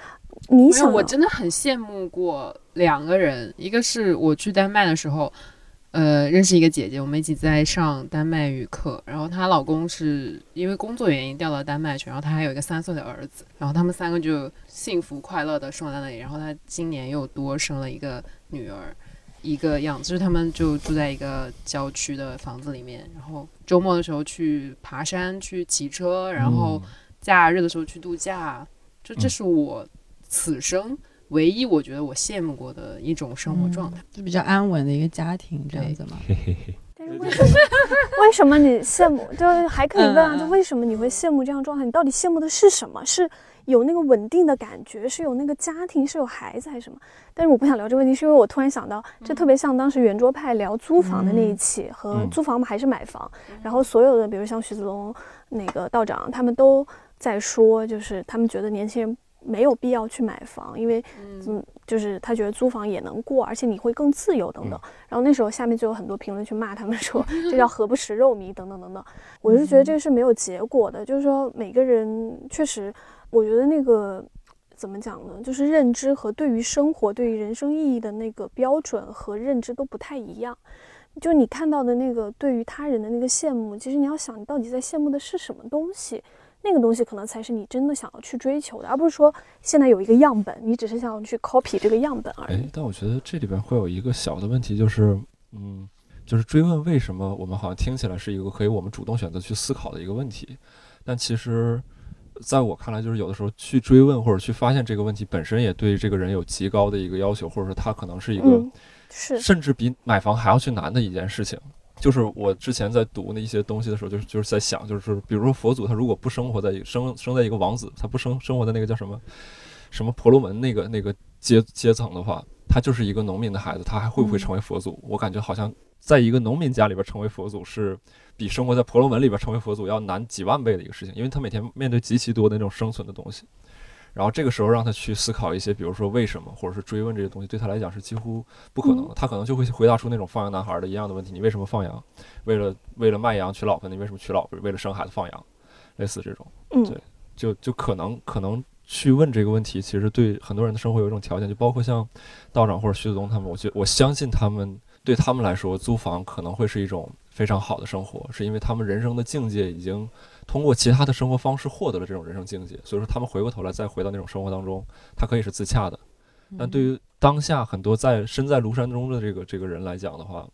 S2: 你
S3: 没有，
S2: 想
S3: 我
S2: 要
S3: 真的很羡慕过两个人，一个是我去丹麦的时候，呃，认识一个姐姐，我们一起在上丹麦语课，然后她老公是因为工作原因调到丹麦去，然后她还有一个三岁的儿子，然后他们三个就幸福快乐的生活在那里，然后她今年又多生了一个女儿。一个样子，就是他们就住在一个郊区的房子里面，然后周末的时候去爬山、去骑车，然后假日的时候去度假，就这
S4: 嗯
S3: 是我此生唯一我觉得我羡慕过的一种生
S1: 嗯
S3: 活状态。
S1: 就比较安稳的一个家庭这样
S3: 对
S1: 子嘛。
S4: 嘿嘿嘿，
S2: 但是为什么？ 为什么你羡慕？就是还可以问啊，
S1: 嗯嗯
S2: 就为什么你会羡慕这样的状态？你到底羡慕的是什么？是有那个稳定的感觉，是有那个家庭，是有孩子还是什么？但是我不想聊这个问题，是因为我突然想到，这
S1: 嗯
S2: 特别像当时圆桌派聊租房的那一期，和
S4: 嗯
S2: 租房还是买房，
S1: 嗯
S2: 然后所有的，比如像徐子龙、那个道长，他们都在说，就是他们觉得年轻人没有必要去买房，因为
S3: 嗯
S2: 嗯，就是他觉得租房也能过，而且你会更自由等等。然后那时候下面就有很多评论去骂他们说这叫何不食肉糜等等等等。我是觉得这个是没有结果的，就是说每个人确实，我觉得那个怎么讲呢，就是认知和对于生活、对于人生意义的那个标准和认知都不太一样。就你看到的那个对于他人的那个羡慕，其实你要想，你到底在羡慕的是什么东西？那个东西可能才是你真的想要去追求的，而不是说现在有一个样本，你只是想要去 copy 这个样本而
S4: 哎
S2: 已。，
S4: 但我觉得这里边会有一个小的问题，就是，嗯，就是追问为什么，我们好像听起来是一个可以我们主动选择去思考的一个问题，但其实，在我看来，就是有的时候去追问或者去发现这个问题本身，也对这个人有极高的一个要求，或者说他可能是一个
S2: 嗯，是
S4: 甚至比买房还要去难的一件事情。就是我之前在读那一些东西的时候，就是就是在想，就是比如说佛祖他如果不生活在一生生在一个王子，他不生生活在那个叫什么什么婆罗门那个那个阶阶层的话，他就是一个农民的孩子，他还会不会成为佛祖？我感觉好像在一个农民家里边成为佛祖是比生活在婆罗门里边成为佛祖要难几万倍的一个事情，因为他每天面对极其多的那种生存的东西。然后这个时候让他去思考一些，比如说为什么，或者是追问这些东西，对他来讲是几乎不可能的。他可能就会回答出那种放羊男孩的一样的问题：你为什么放羊？为了为了卖羊娶老婆，你为什么娶老婆？为了生孩子放羊，类似这种。
S2: 嗯
S4: 对就就可能可能去问这个问题，其实对很多人的生活有一种条件，就包括像道长或者徐子东他们，我觉我相信他们对他们来说，租房可能会是一种非常好的生活，是因为他们人生的境界已经通过其他的生活方式获得了这种人生境界，所以说他们回过头来再回到那种生活当中，它可以是自洽的。
S2: 嗯
S4: 但对于当下很多在身在庐山中的这个这个人来讲的话，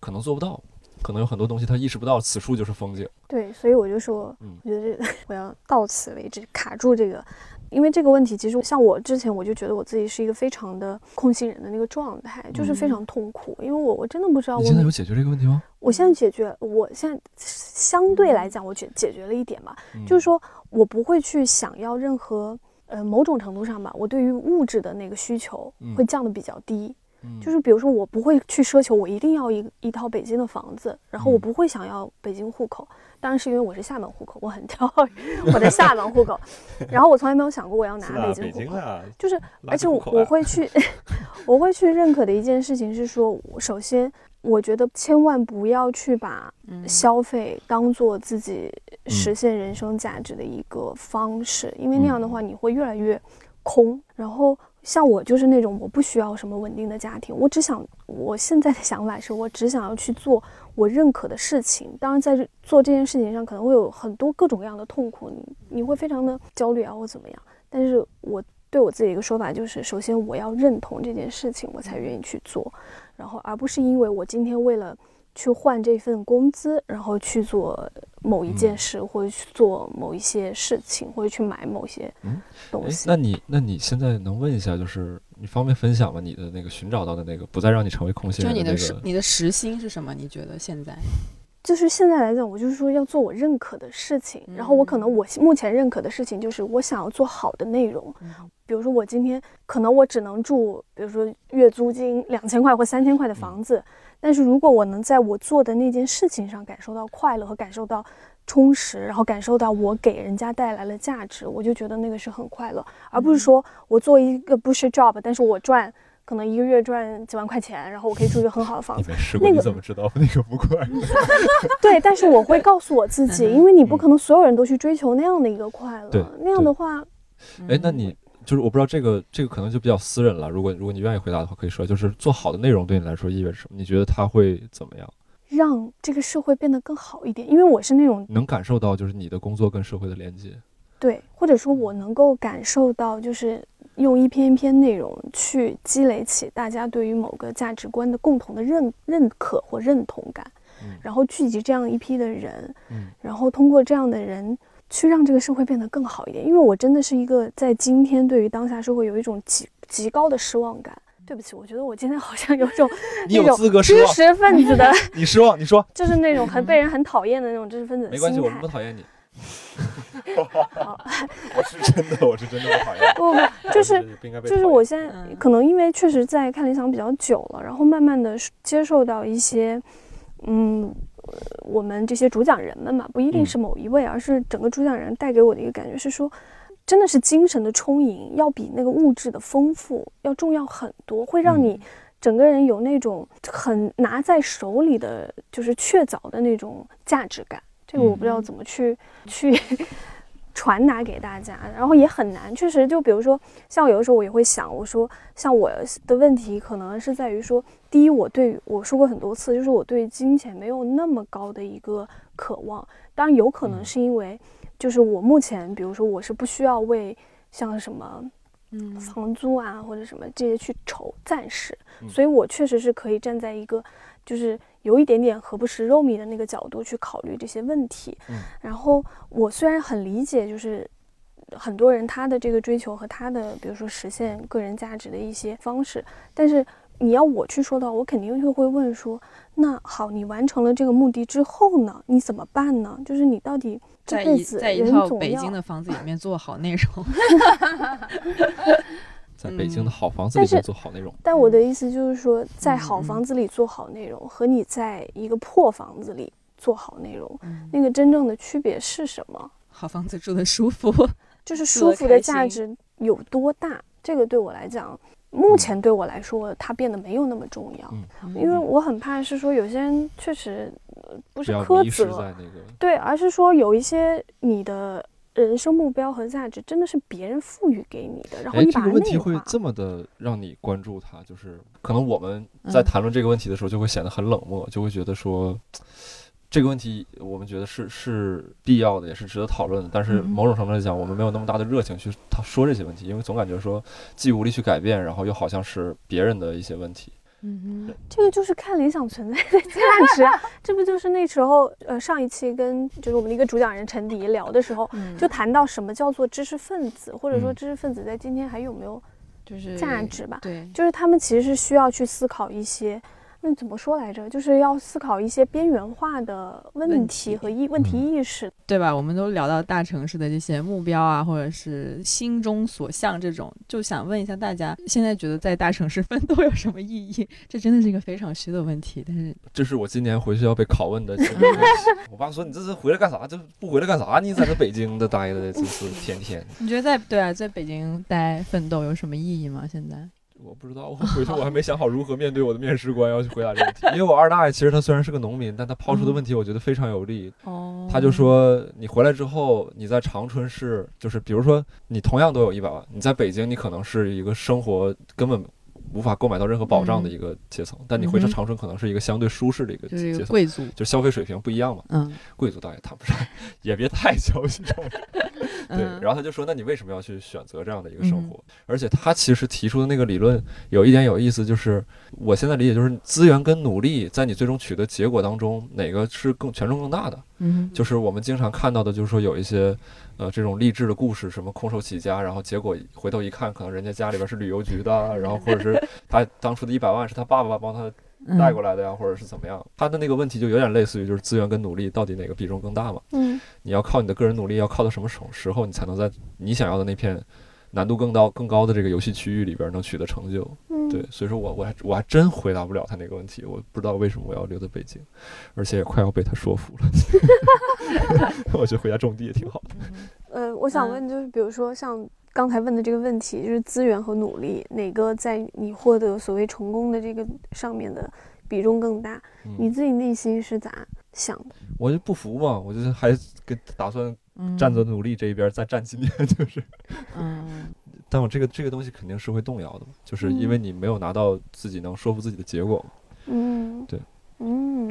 S4: 可能做不到，可能有很多东西他意识不到，此处就是风景。
S2: 对，所以我就说，
S4: 嗯
S2: 我觉得这 我要到此为止，卡住这个，因为这个问题，其实像我之前我就觉得我自己是一个非常的空心人的那个状态，就是非
S1: 嗯
S2: 常痛苦，因为我我真的不知道啊
S4: 你
S2: 我
S4: 现在
S2: 每
S4: 有解决这个问题吗？
S2: 我现在解决，我现在相对
S4: 嗯
S2: 来讲，我解解决了一点吧，就是说我不会去想要任何，呃，某种程度上吧，我对于物质的那个需求
S4: 嗯
S2: 会降得比较低。
S4: 嗯，
S2: 就是比如说，我不会去奢求我一定要一一套北京的房子，然后我
S4: 嗯
S2: 不会想要北京户口，当然是因为我是厦门户口，我很 骄傲我的厦门户口，然后我从来没有想过我要拿北京户口。
S4: 啊，
S2: 就是，
S4: 垃
S2: 而
S4: 圾
S2: 且
S4: 户
S2: 我
S4: 口啊
S2: 我
S4: 呀
S2: 会 去，我会去认可的一件事情是说，我首先我觉得千万不要去把
S1: 嗯
S2: 消费当做自己实现人生价值的一个方式，因为那样的话你会越来越空。然后像我就是那种我不需要什么稳定的家庭，我只想我现在的想法是我只想要去做我认可的事情。当然，在这做这件事情上可能会有很多各种各样的痛苦，你你会非常的焦虑啊或怎么样。但是我对我自己的一个说法就是，首先我要认同这件事情，我才愿意去做，然后而不是因为我今天为了去换这份工资，然后去做某一件
S4: 嗯
S2: 事，或者去做某一些事情，或者去买某些
S4: 嗯
S2: 东
S4: 哎，
S2: 西。
S4: 那你那你现在能问一下，就是你方便分享吗？你的那个寻找到的那个不再让你成为空心
S1: 就
S4: 人
S1: 你
S4: 那
S1: 的时
S4: 个，
S1: 你的时薪是什么？你觉得现在？
S2: 就是现在来讲，我就是说要做我认可的事情，然后我可能我目前认可的事情就是我想要做好的内容。比如说我今天可能我只能住，比如说月租金两千块或三千块的房子，但是如果我能在我做的那件事情上感受到快乐和感受到充实，然后感受到我给人家带来了价值，我就觉得那个是很快乐，而不是说我做一个 bullshit job，但是我赚可能一个月赚几万块钱，然后我可以住一个很好的房
S4: 你
S2: 子。
S4: 没试过，
S2: 那
S4: 你
S2: 个
S4: 怎么知道那个不快 乐？
S2: 对，但是我会告诉我自己，
S1: 嗯哼
S2: 因为你不可能所有人都去追求那样的一个快
S4: 对
S2: 乐，那样的
S4: 对
S2: 话，
S1: 嗯
S4: 哎，那你就是我不知道这个这个可能就比较私人了。如果如果你愿意回答的话，可以说，就是做好的内容对你来说意味着什么？你觉得它会怎么样？
S2: 让这个社会变得更好一点。因为我是那种
S4: 能感受到就是你的工作跟社会的连接。
S2: 对，或者说我能够感受到，就是用一篇一篇内容去积累起大家对于某个价值观的共同的认认可或认同感，
S4: 嗯
S2: 然后聚集这样一批的人，
S4: 嗯
S2: 然后通过这样的人去让这个社会变得更好一点。因为我真的是一个在今天对于当下社会有一种极极高的失望感。对不起，我觉得我今天好像有一 种
S4: 你
S2: 那
S4: 有
S2: 种
S4: 资格失
S2: 知
S4: 望，
S2: 识分子的，
S4: 你失望，你说
S2: 就是那种很被人很讨厌的那种知识分子的
S4: 没关系，
S2: 心
S4: 我
S2: 态
S4: 们不。讨厌你。 我是真的，我是真的不讨 厌
S2: 不不不，
S4: 你，
S2: 就
S4: 我
S2: 是
S4: 觉得不应该被
S2: 就是
S4: 讨
S2: 我
S4: 厌
S2: 现在
S1: 嗯
S2: 可能因为确实在看理想比较久了，然后慢慢的接受到一些，嗯，呃我们这些主讲人们嘛，不一定
S4: 嗯
S2: 是某一位，而是整个主讲人带给我的一个感觉是说，真的是精神的充盈要比那个物质的丰富要重要很多，会让
S4: 嗯
S2: 你整个人有那种很拿在手里的，就是确凿的那种价值感。这个我不知道怎么去、 去传达给大家，然后也很难。确实，就比如说，像有的时候我也会想，我说像我的问题可能是在于说，第一，我对我说过很多次，就是我对金钱没有那么高的一个渴望。当然，有可能
S4: 嗯
S2: 是因为就是我目前，比如说我是不需要为像什么
S1: 嗯
S2: 房租啊或者什么这些去愁，暂时，
S4: 嗯
S2: 所以我确实是可以站在一个就是有一点点何不食肉糜的那个角度去考虑这些问题。
S4: 嗯
S2: 然后我虽然很理解，就是很多人他的这个追求和他的比如说实现个人价值的一些方式，但是你要我去说的话，我肯定就会问说，那好，你完成了这个目的之后呢，你怎么办呢？就是你到底这
S1: 在
S2: 辈
S1: 一
S2: 子
S1: 在一
S2: 人
S1: 套
S2: 总
S1: 北
S2: 要
S1: 京的房子里 面做好内容，
S4: 在北京
S1: 嗯
S4: 的好房子
S2: 但
S4: 里
S2: 是
S4: 面做好内容，
S2: 但我的意思就是说，在好
S1: 嗯
S2: 房子里做好内容，和你在一个破房子里做好内容，
S1: 嗯
S2: 那个真正的区别是什么？
S1: 好房子住的舒服。
S2: 就是
S1: 住
S2: 舒
S1: 得
S2: 服的
S1: 开
S2: 价值有多大？这个对我来讲，目前对我来说，它变得没有那么重要，
S4: 嗯
S2: 因为我很怕是说有些人确实呃不
S4: 不
S2: 是
S4: 要迷
S2: 苛
S4: 失
S2: 责，
S4: 在那个。
S2: 对，而是说有一些你的人生目标和价值真的是别人赋予给你的，然后
S4: 哎，
S2: 你
S4: 这
S2: 把它
S4: 个问题
S2: 内
S4: 会
S2: 化。
S4: 这么的让你关注它，就是可能我们在
S5: 嗯
S4: 谈论这个问题的时候，就会显得很冷漠，就会觉得说这个问题我们觉得是是必要的，也是值得讨论的。但是
S5: 嗯
S4: 某种程度来讲，我们没有那么大的热情去他说这些问题，因为总感觉说既无力去改变，然后又好像是别人的一些问题。
S1: 嗯
S2: 这个就是看理想存在的价值啊， 这不就是那时候呃上一期跟就是我们的一个主讲人陈迪聊的时候，
S5: 嗯
S2: 就谈到什么叫做知识分子，或者说
S4: 嗯
S2: 知识分子在今天还有没有
S5: 就是
S2: 价值吧，
S1: 对，
S2: 就是他们其实是需要去思考一些。那怎么说来着？就是要思考一些边缘化的问
S1: 问
S2: 题
S1: 题
S2: 和意问题意识。
S1: 对吧？我们都聊到大城市的这些目标啊，或者是心中所向这种，就想问一下大家，现在觉得在大城市 奋斗有什么意义？这真的是一个非常虚的问题，但是
S4: 这是我今年回去要被拷问的其 中一个问题。我爸说：“你这是回来干啥？这不回来干啥？你在这北京的待着，这是天天。”
S1: 你觉得在对啊，在北京待奋斗有什么意义吗？现在
S4: 我不知道，我回去我还没想好如何面对我的面试官要去回答这个问题。因为我二大爷其实他虽然是个农民，但他抛出的问题我觉得非常有力。
S1: 嗯哦
S4: 他就说，你回来之后，你在长春市，就是比如说你同样都有一百万，你在北京你可能是一个生活根本无法购买到任何保障的一个阶层，但你回到
S1: 嗯嗯哼
S4: 长春可能是一个相对舒适的一个
S1: 就是一
S4: 阶
S1: 个
S4: 层。
S1: 贵族，
S4: 就消费水平不一样嘛，
S5: 嗯
S4: 贵族倒也谈不上， 也别太 瞧不上。对，
S1: 嗯
S4: 然后他就说，那你为什么要去选择这样的一个
S1: 嗯
S4: 生活？而且他其实提出的那个理论有一点有意思，就是我现在理解就是资源跟努力在你最终取得结果当中，哪个是更权重更大的？
S1: 嗯
S4: 就是我们经常看到的，就是说有一些呃这种励志的故事，什么空手起家，然后结果回头一看，可能人家家里边是旅游局的啊， 然后或者是他当初的一百万是他爸爸帮他
S5: 嗯
S4: 带过来的呀、或者是怎么样？他的那个问题就有点类似于就是资源跟努力到底哪个比重更大嘛？
S2: 嗯，
S4: 你要靠你的个人努力，要靠到什么时时候，你才能在你想要的那片难度更高、更高的这个游戏区域里边能取得成就？
S2: 嗯
S4: 对，所以说我我还我还真回答不了他那个问题，我不知道为什么我要留在北京，而且也快要被他说服 了。 我觉得回家种地也挺好的。
S2: 呃，我想
S1: 嗯
S2: 问，就是比如说像刚才问的这个问题，就是资源和努力哪个在你获得所谓成功的这个上面的比重更大？你
S4: 嗯，
S2: 自己内心是咋想的？
S4: 我就不服嘛，我就是还跟打算
S5: 嗯
S4: 站在努力这一边再站几年，就是。
S5: 嗯
S4: 但我这个这个东西肯定是会动摇的嘛，就是因为你没有拿到自己能说服自己的结果嘛。
S2: 嗯，
S4: 对，
S2: 嗯，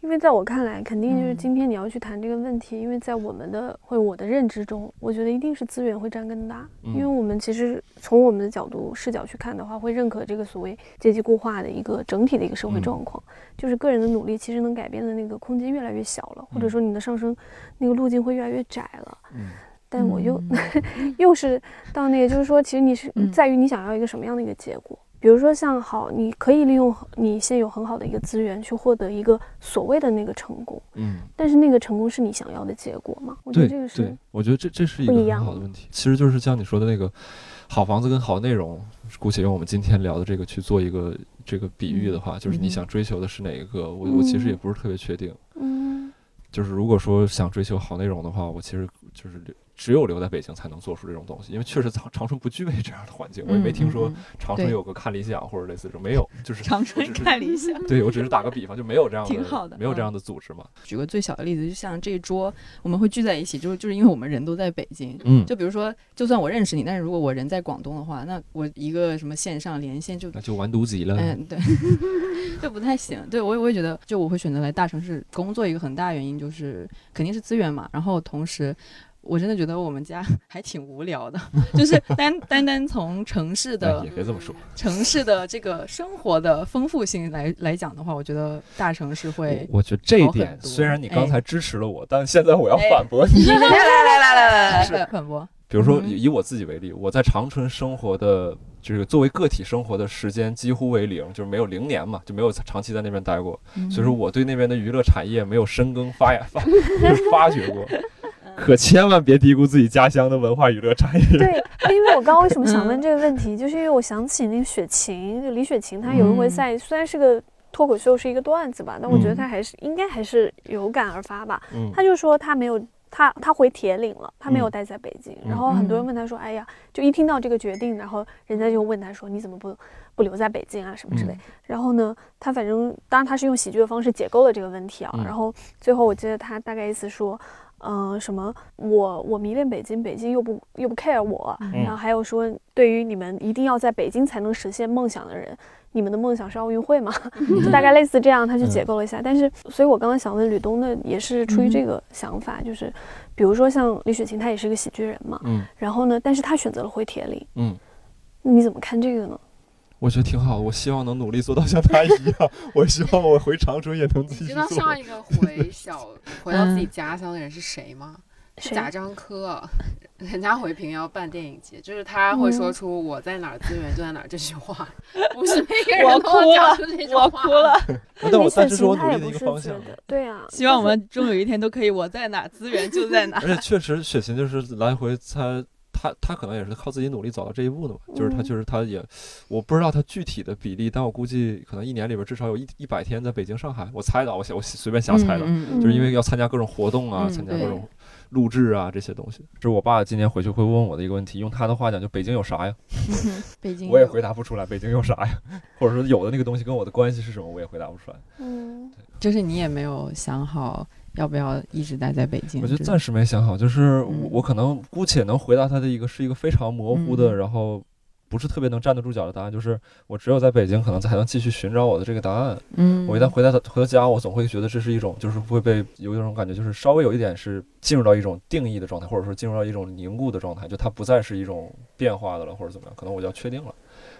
S2: 因为在我看来，肯定就是
S5: 嗯
S2: 今天你要去谈这个问题，因为在我们的或者我的认知中，我觉得一定是资源会占更大，因为
S4: 嗯
S2: 我们其实从我们的角度视角去看的话，会认可这个所谓阶级固化的一个整体的一个社会
S4: 嗯
S2: 状况，就是个人的努力其实能改变的那个空间越来越小了，或者
S4: 嗯
S2: 说你的上升那个路径会越来越窄了。
S4: 嗯
S2: 但哎我又、
S1: 嗯
S2: 又是到那个，就是说，其实你是
S1: 嗯
S2: 在于你想要一个什么样的一个结果。比如说，像好，你可以利用你现有很好的一个资源去获得一个所谓的那个成功，
S4: 嗯。
S2: 但是那个成功是你想要的结果吗？我觉得
S4: 对
S2: 这个
S4: 对
S2: 是，，
S4: 我觉得这这是一个
S2: 不一
S4: 很
S2: 样
S4: 好的
S2: 了
S4: 问题。其实就是像你说的那个好房子跟好内容，姑且用我们今天聊的这个去做一个这个比喻的话，就是你
S1: 嗯
S4: 想追求的是哪一个？我我其实也
S2: 嗯
S4: 不是特别确定。
S2: 嗯
S4: 就是如果说想追求好内容的话，我其实就是留只有留在北京才能做出这种东西，因为确实长长春不具备这样的环境。我也没听说
S1: 嗯嗯
S4: 长春
S1: 对
S4: 有个看理想或者类似这种，没有，就是
S1: 长
S4: 我
S1: 春
S4: 只是
S1: 看理想，
S4: 对我只是打个比方，就没有这样的，
S1: 挺好的
S4: 没有这
S1: 嗯
S4: 样的组织嘛。
S5: 举个最小的例子，就像这一桌我们会聚在一起，就是就是因为我们人都在北京。
S4: 嗯，
S5: 就比如说，就算我认识你，但是如果我人在广东的话，那我一个什么线上连线就，
S4: 那就完犊子了。
S1: 哎
S5: 嗯， 对，就不太行。对我也我也觉得，就我会选择来大城市工作，一个很大原因就是肯定是资源嘛，然后同时。
S1: 我真的觉得我们家 还挺无聊的，就是单单单从城市
S4: 哎，
S1: 的
S4: 也别这么说。
S1: 城市的这个生活的丰富性来来讲的话，我觉得大城市会
S4: 我我觉得这一
S1: 好很
S4: 点，
S1: 多
S4: 虽然你
S1: 哎
S4: 刚才支持了我，但现在我要
S1: 哎
S4: 反驳你。
S1: 来来来来
S4: 嗯
S1: 来来来反驳，
S4: 比如说，
S5: 嗯
S4: 以以我自己为例，我在长春生活的，就是作为个体生活的时间几乎为零，就是没有零年嘛，就没有长期在那边待过，
S1: 嗯
S4: 所以说我对那边的娱乐产业没有深耕发芽发 就是发掘 过。可千万别低估自己家乡的文化娱乐产 业。
S2: 对，因为我刚刚为什么
S1: 嗯
S2: 想问这个问题，就是因为我想起那个雪琴，就李雪琴，她有一回
S1: 嗯
S2: 在、虽然是个脱口秀，是一个段子吧，但我觉得
S1: 嗯
S2: 她还是、应该还是有感而发吧。
S4: 嗯，
S2: 她就说她没有。她她回铁岭了，她没有
S4: 嗯
S2: 待在北京。
S4: 嗯
S2: 然后很多人问她说：“哎呀，就一听到这个决定，然后人家就问她说：‘你怎么不不留在北京啊？’什么
S4: 嗯
S2: 之类。然后呢，她反正当然她是用喜剧的方式解构了这个问题啊。
S4: 嗯
S2: 然后最后我记得她大概意思说：‘嗯、什么我我迷恋北京，北京又不又不 care 我，
S4: 嗯
S2: 然后还有说，对于你们一定要在北京才能实现梦想的人，你们的梦想是奥运会 吗？就大概类似这样，
S4: 嗯
S2: 他去解构了一下。但是，所以我刚刚想问吕东的也是出于
S4: 嗯
S2: 这个想法，就是比如说像李雪琴，她也是个喜剧人嘛，
S4: 嗯
S2: 然后呢，但是她选择了回铁岭，
S4: 嗯，
S2: 你怎么看这个呢？
S4: 我觉得挺好，我希望能努力做到像他一样。 我希望我回长春也能
S3: 你
S4: 继续
S3: 知道
S4: 做。
S3: 上一 个回小回到
S1: 嗯
S3: 自己家乡的人是谁吗？是
S2: 谁？
S3: 贾樟柯， 人家回平遥办电影节，就是他
S1: 嗯
S3: 会说出“我在哪儿，资源就在哪儿”这句话， 不是每个人
S1: 我
S3: 都能
S1: 哭
S3: 讲
S1: 了
S3: 出这句
S1: 我
S3: 话。
S1: 哭了，
S4: 但我
S2: 李雪
S4: 但这是
S2: 琴
S4: 我努
S2: 她也
S4: 力
S2: 不
S4: 的一个
S2: 是
S4: 方
S2: 觉
S4: 向。
S2: 得，对啊，
S1: 希望
S2: 但
S1: 我
S2: 是
S1: 们终有一天都可以，我在哪资源就在哪。
S4: 而且确实，雪琴就是来回她她她可能也是靠自己努力走到这一步的嘛，就是她
S2: 嗯
S4: 确实她也，我不知道她具体的比例，但我估计可能一年里边至少有一一百天在北京、上海，我猜的啊，我瞎我随便 瞎猜的，
S1: 嗯
S4: 就是因为要参加各种活动啊，
S1: 嗯
S4: 参加
S1: 对
S4: 各种录制啊这些东西。这是我爸今年回去会问我的一个问题，用他的话讲，就北京有啥呀？
S1: 北京
S4: 我也回答不出来，北京有啥呀？ 或者说有的那个东西跟我的关系是什么，我也回答不出来。
S2: 嗯，
S1: 就是你也没有想好要不要一直待在北京。
S4: 我觉得暂时没想好，就是我
S1: 嗯
S4: 我可能姑且能回答他的一个是一个非常模糊的，
S1: 嗯
S4: 然后不是特别能站得住脚的答案，就是我只有在北京可能才能继续寻找我的这个答案。
S1: 嗯，
S4: 我一旦回到回到家，我总会觉得这是一种，就是会被有一种感觉，就是稍微有一点是进入到一种定义的状态，或者说进入到一种凝固的状态，就它不再是一种变化的了，或者怎么样，可能我就要确定了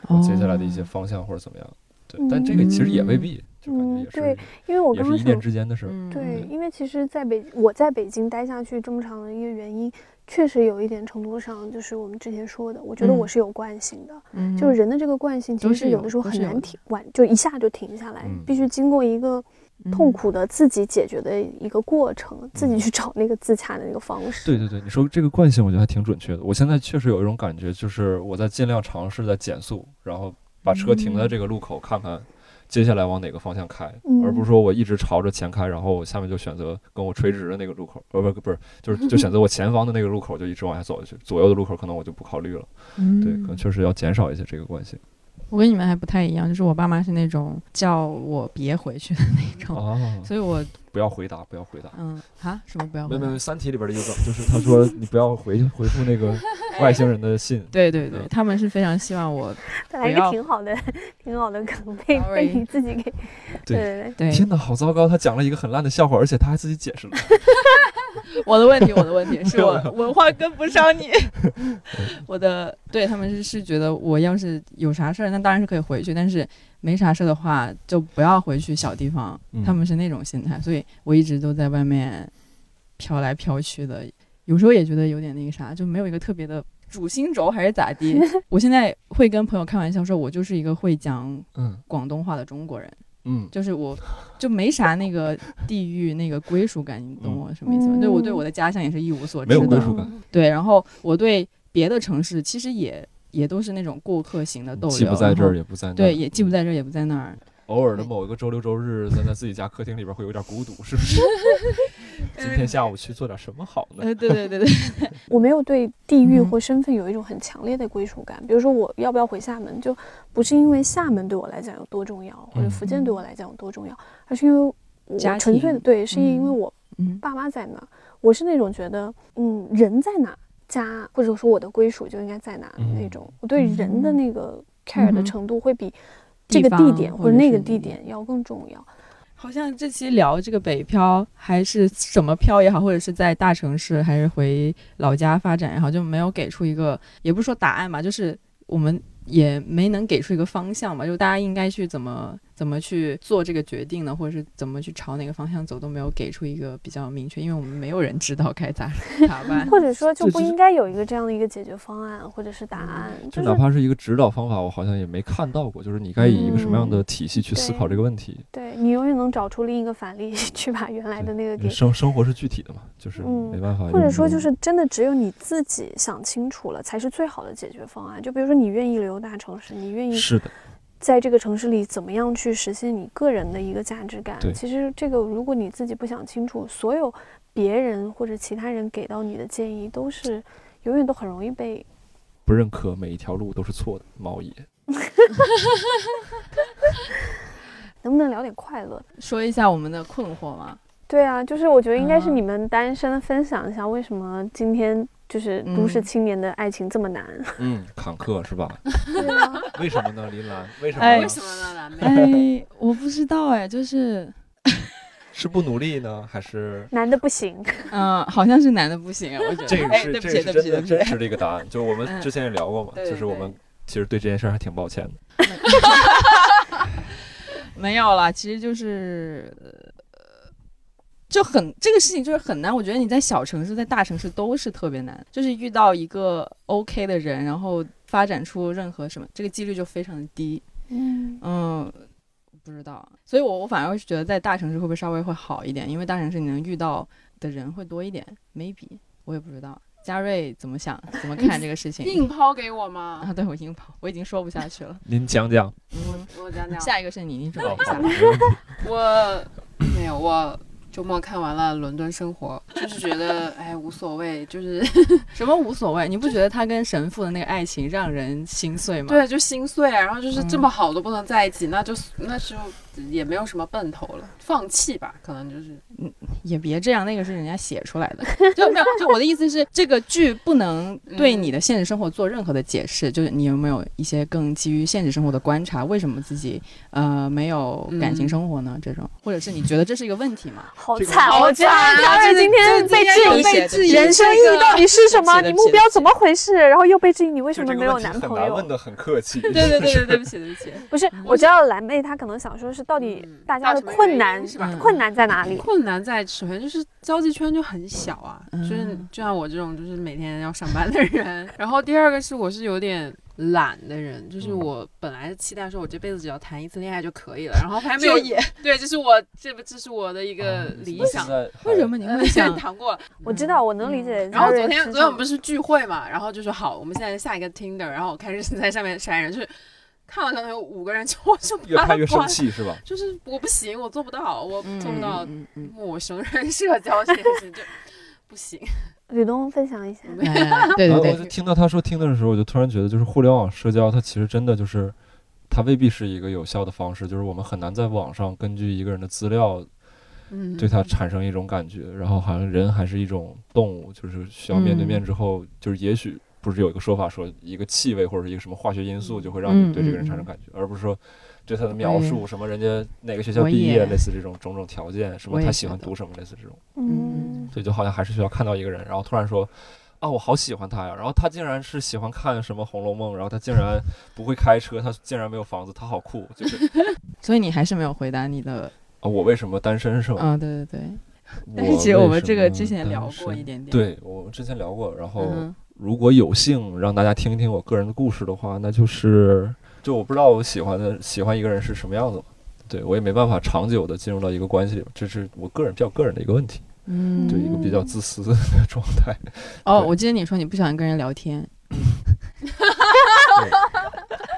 S4: 我接下来的一些
S1: 哦
S4: 方向或者怎么样。对
S2: 嗯，
S4: 但这个其实也未必，就感觉也
S2: 嗯
S4: 是
S2: 因为我
S4: 也
S2: 刚
S4: 是
S2: 刚
S4: 一念
S2: 想
S4: 之间的事儿。
S1: 嗯
S2: 对，因为其实在北我在北京待下去这么长的一个原因，确实有一点程度上就是我们之前说的，我觉得我
S1: 嗯
S2: 是有惯性的，
S1: 嗯
S2: 就是人的这个惯性其
S1: 都
S2: 实
S1: 是
S2: 有的
S1: 有
S2: 时候
S1: 都
S2: 很
S1: 是有
S2: 难
S1: 的
S2: 停，晚就一下就停下来，
S4: 嗯
S2: 必须经过一个
S1: 嗯
S2: 痛苦的自己解决的一个过程，自己
S4: 嗯
S2: 去找那个自洽的那个方式。
S4: 对对对，你说这个惯性，我觉得还挺准确的。我现在确实有一种感觉，就是我在尽量尝试在减速，然后把车停在这个路口，看看接下来往哪个方向开，而不是说我一直朝着前开，然后我下面就选择跟我垂直的那个路口，呃，不不是，就是就选择我前方的那个路口，就一直往下走下去。左右的路口可能我就不考虑了。
S1: 嗯
S4: 对，可能确实要减少一些这个惯性
S1: 我跟你们还不太一样，就是我爸妈是那种叫我别回去的那种，
S4: 啊。
S1: 所以我
S4: 不要回答，不要回答。
S1: 嗯啊什么不要
S4: 没
S1: 回
S4: 有没有，《
S1: 来。
S4: 三体》里边的一个梗就是他说你不要回回复那个外星人的信。
S1: 对对对
S4: 嗯，
S1: 他们是非常希望我
S2: 本来一
S1: 不
S2: 个
S1: 要
S2: 挺好的、 挺好的梗被被
S1: Sorry
S2: 你自己给
S4: 对
S2: 对
S1: 对
S4: 天哪，好糟糕！他讲了一个很烂的笑话，而且他还自己解释了。
S1: 我的问题，我的问题 是我文化跟不上 你。我的对他们是是觉得我要是有啥事儿，那当然是可以回去，但是没啥事儿的话，就不要回去小地方。
S4: 嗯
S1: 他们是那种心态，所以我一直都在外面飘来飘去的，有时候也觉得有点那个啥，就没有一个特别的主心轴还是咋地。我现在会跟朋友开玩笑说，我就是一个会讲
S4: 嗯
S1: 广东话的中国人。
S4: 嗯
S1: 就是我就没啥那个地域那个归属感，你懂我什么意思吗？
S2: 嗯
S1: 对我对我的家乡也是一无所
S4: 没
S1: 知
S4: 有归
S1: 的
S4: 属，感，
S1: 对，然后我对别的城市其实也也都是那种过客型的逗留，
S4: 既不在这儿，
S1: 然后
S4: 也哎不在那儿，
S1: 对，也既不在这儿也不在 那儿，
S4: 偶尔的某一个周六周日，咱在自己家客厅里边会有点孤独，是不 是？今天下午去做点什么好呢？
S1: 呃，对对对对，
S2: 我没有对地域
S1: 嗯
S2: 或身份有一种很强烈的归属感。比如说，我要不要回厦门，就不是因为厦门对我来讲有多重要，或者
S4: 嗯
S2: 福建对我来讲有多重要，而是因为我
S1: 家
S2: 纯粹的
S1: 庭
S2: 对，是因为
S1: 嗯
S2: 我
S1: 嗯
S2: 爸妈在哪儿，我是那种觉得，嗯，人在哪儿，家或者说我的归属就应该在哪儿
S4: 嗯
S2: 那种。我对人的那个 care 的
S1: 嗯嗯哼
S2: 程度会比这个
S1: 地
S2: 地
S1: 方
S2: 点
S1: 或
S2: 或
S1: 者
S2: 那
S1: 是
S2: 个
S1: 你
S2: 地点要更重要。
S1: 好像这期聊这个北漂，还是什么漂也好，或者是在大城市，还是回老家发展也好，就没有给出一个，也不是说答案吧，就是我们也没能给出一个方向吧，就大家应该去怎么怎么去做这个决定呢，或者是怎么去朝哪个方向走，都没有给出一个比较明确，因为我们没有人知道该 咋咋办。
S2: 或者说就
S4: 这
S2: 不
S4: 这
S2: 应该有一个这样的一个解决方案或者是
S1: 嗯
S2: 答案，就
S4: 就是哪怕是一个指导方法，我好像也没看到过，就是你该以一个什么样的体系去思考这个问题。
S2: 对你永远能找出另一个反例 去把原来的那个
S4: 因为
S2: 给。
S4: 生生活是具体的嘛，就是
S2: 嗯
S4: 没办法用这
S2: 或
S4: 种。
S2: 者说，就是真的只有你自己想清楚了，才是最好的解决方案。就比如说，你愿意留大城市，你愿意
S4: 是的，
S2: 在这个城市里怎么样去实现你个人的一个价值感
S4: 对。
S2: 其实这个，如果你自己不想清楚，所有别人或者其他人给到你的建议，都是永远都很容易被。
S4: 不认可每一条路都是错的，猫爷。
S2: 能不能聊点快乐？
S5: 说一下我们的困惑嘛，
S2: 对啊，就是我觉得应该是
S5: 啊
S2: 你们单身分享一下，为什么今天就是都市
S5: 嗯
S2: 青年的爱情这么难？
S4: 嗯，坎坷是吧？
S2: 对啊，
S4: 为什么呢，林兰？为什
S5: 哎
S4: 么
S3: 为
S4: 呢？
S3: 什么呢？蓝莓，
S5: 哎，我不知道哎，就是
S4: 是不努力呢，还是？
S2: 男的不行。
S5: 嗯、好像是男的不行啊，我觉 得。
S4: 这个
S5: 哎
S4: 是
S5: 对不
S4: 这
S5: 起，
S4: 个
S5: 对不起，
S4: 是真的
S5: 对不起
S4: 真。实的一个答案，就是我们
S5: 嗯
S4: 之前也聊过嘛，
S5: 对
S4: 就是我
S5: 对
S4: 们其实对这件事儿还挺抱歉的。
S5: 没有啦，其实就是，呃就很这个事情就是很难。我觉得你在小城市、在大城市都是特别难，就是遇到一个 OK 的人，然后发展出任何什么，这个几率就非常的低。
S2: 嗯，
S5: 嗯，不知道，所以我我反而是觉得在大城市会不会稍微会好一点，因为大城市你能遇到的人会多一点，maybe 我也不知道。嘉瑞怎么想，怎么看这个事
S1: 嗯
S5: 情？
S3: 硬抛给我吗？
S5: 啊，对我硬跑，我已经说不下去了。
S4: 您讲讲，
S5: 嗯，
S3: 我讲讲，
S5: 下一个是你，你准备
S4: 好
S5: 一下
S4: 好。没问题
S3: 我没有，我周末看完了《伦敦生 活》，就是觉得哎无所谓，就是
S1: 什么无所谓？你不觉得他跟神父的那个爱情让人心碎吗？
S3: 对，就心碎，啊然后就是这
S1: 嗯
S3: 么好都不能在一起，那就那时候也没有什么奔头了，放弃吧，可能就是
S5: 也别这样，那个是人家写出来的，就没有。就我的意思是，这个剧不能对你的现实生活做任何的解释。就是你有没有一些更基于现实生活的观察？为什么自己呃没有感情生活呢？这种，或者是你觉得这是一个问题吗？
S2: 好
S4: 这个
S2: 惨！哦我觉得
S3: 啊
S2: 嘉瑞今天被质疑，
S5: 被质疑
S2: 人生意义到底是什么？
S5: 对
S2: 你
S5: 不起
S2: 目标怎么回事？然后又被质疑你为
S4: 为
S2: 什么没有男朋友？
S4: 的很客气。对
S3: 对对 对，对不起对不起，
S2: 不是，我知道蓝妹她可能想说是到底
S3: 嗯
S2: 大家的困难嗯
S3: 到底什么原因是吧
S2: 困难在哪里？
S3: 困难在首先就是交际圈就很小啊，
S5: 嗯
S3: 就是就像我这种就是每天要上班的 人。然后第二个是我是有点懒的人，就是
S4: 嗯
S3: 我本来期待说我这辈子只要谈一次恋爱嗯就可以了，然后还没有 对，这是我这不这是我的一
S4: 哦
S3: 个
S4: 嗯
S3: 理想。
S4: 啊
S5: 为什么你会想？
S3: 谈过了，
S2: 我知道，我能理解
S3: 嗯然后
S2: 嘉瑞
S3: 昨
S2: 是这种。
S3: 天昨天我们不是聚会嘛，然后就说好，我们现在下一个 Tinder，然后我开始 在上面筛人，就是看了可能有五个人，就我就
S4: 越
S3: 把它
S4: 看越生
S3: 关了，
S4: 气是吧？
S3: 就是我不行，我做不到，我做不到
S5: 嗯嗯
S3: 陌生人社交这件事情就不行。
S2: 吕东分享一下，
S5: 嗯，哎对
S4: 然
S5: 对
S4: 后我就
S5: 对，
S4: 听到他说听的时候，我就突然觉得，就是互联网社交，它其实真的就是，它未必是一个有效的方式，就是我们很难在网上根据一个人的资料
S3: 嗯，
S4: 对他产生一种感觉，然后好像人还是一种动物，就是需要面对
S5: 嗯
S4: 面之后，就是也许不是有一个说法说一个气味或者是一个什么化学因素就会让
S5: 嗯
S4: 你对这个人产生感觉，而不是说对他的描述什么人家哪个学校
S5: 我
S4: 毕业
S5: 也
S4: 类似这种种种条件，什么
S5: 我也
S4: 他喜
S5: 觉
S4: 欢
S5: 得
S4: 读什么类似这种，
S2: 嗯
S5: 嗯，
S4: 所以就好像还是需要看到一个人，然后突然说。啊，我好喜欢他呀！然后他竟然是喜欢看什么《红楼梦》，然后他竟然不会开车，他竟然没有房子，他好酷！就是
S5: 所以你还是没有回答你的，
S4: 啊，我为什么单身是吧？
S5: 嗯，对对对。但
S4: 我
S5: 是其实
S4: 为
S5: 我们
S4: 什
S5: 这个
S4: 么
S5: 之前
S4: 单
S5: 聊过
S4: 身
S5: 一点点，，
S4: 对，我们之前聊过，然后
S5: 嗯，
S4: 如果有幸让大家听一听我个人的故事的话，那就是就我不知道我喜欢的喜欢一个人是什么样子嘛，对我也没办法长久的进入到一个关系里边，这是我个人比较个人的一个问题，
S5: 嗯
S4: 对一个比较自私的状态。
S5: 哦，
S4: 对
S5: 我记得你说你不喜欢跟人聊天，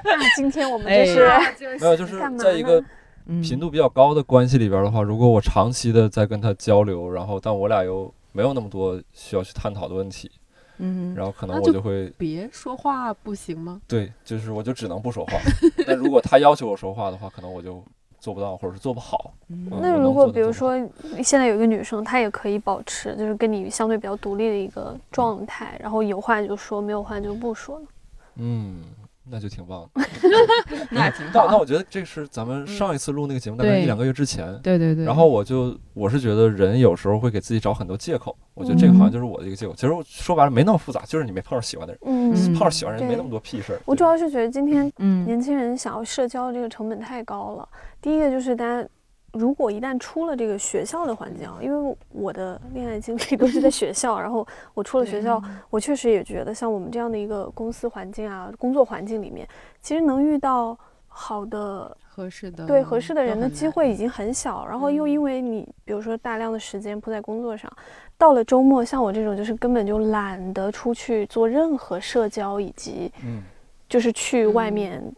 S2: 那今天我们就是
S5: 哎
S4: 没有，就是
S2: 干嘛
S4: 在一个
S2: 呢
S5: 嗯，
S4: 频度比较高的关系里边的话，如果我长期的在跟他交流，然后但我俩又没有那么多需要去探讨的问题，
S5: 嗯，
S4: 然后可能
S3: 那
S4: 我
S3: 就
S4: 就会
S3: 别说话不行吗？
S4: 对，就是我就只能不说话。 但如果他要求我说话的话，可能我就做不到，或者是做不好。
S5: 嗯
S4: 嗯
S2: 那
S4: 我
S2: 如
S4: 能
S2: 果
S4: 做的
S2: 比如
S4: 做不好
S2: 说现在有一个女生，她也可以保持就是跟你相对比较独立的一个状态，然后有话就说，没有话就不说呢
S4: 嗯，那就挺棒 的。
S5: 那挺
S4: 那那
S5: 好。
S4: 我觉得这是咱
S2: 嗯
S4: 们上一次录那个节目，大概
S5: 对
S4: 一两个月之前。
S5: 对对对。
S4: 然后我就我是觉得人有时候会给自己找很多借口，我觉得这个好像就是我的一个借口。其实我说白了没那么复杂，就是你没碰上喜欢的人，
S2: 嗯，
S4: 碰上喜欢人没
S2: 对
S4: 那么多屁事儿。
S2: 我主要是觉得今天
S5: 嗯
S2: 年轻人想要社交这个成本太高了。第一个就是大家如果一旦出了这个学校的环境，啊，因为我的恋爱经历都是在学校，然后我出了学校，我确实也觉得像我们这样的一个公司环境啊、工作环境里面，其实能遇到好的
S1: 合适的
S2: 对合适的人的机
S1: 会。
S2: 会已经很小，然后又因为你，比如说大量的时间扑在工作上，到了周末，像我这种就是根本就懒得出去做任何社交，以及
S4: 嗯，
S2: 就是去外
S1: 嗯
S2: 面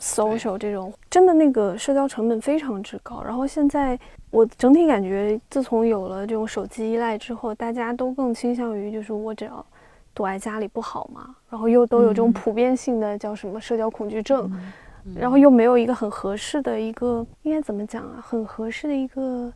S2: social 这种，真的那个社交成本非常之高。然后现在我整体感觉，自从有了这种手机依赖之后，大家都更倾向于就是我只要躲在家里不好嘛，然后又都有这种
S1: 嗯
S2: 普遍性的叫什么社交恐惧症，
S1: 嗯
S2: 然后又没有一个很合适的一个，应该怎么讲啊？很合适的一个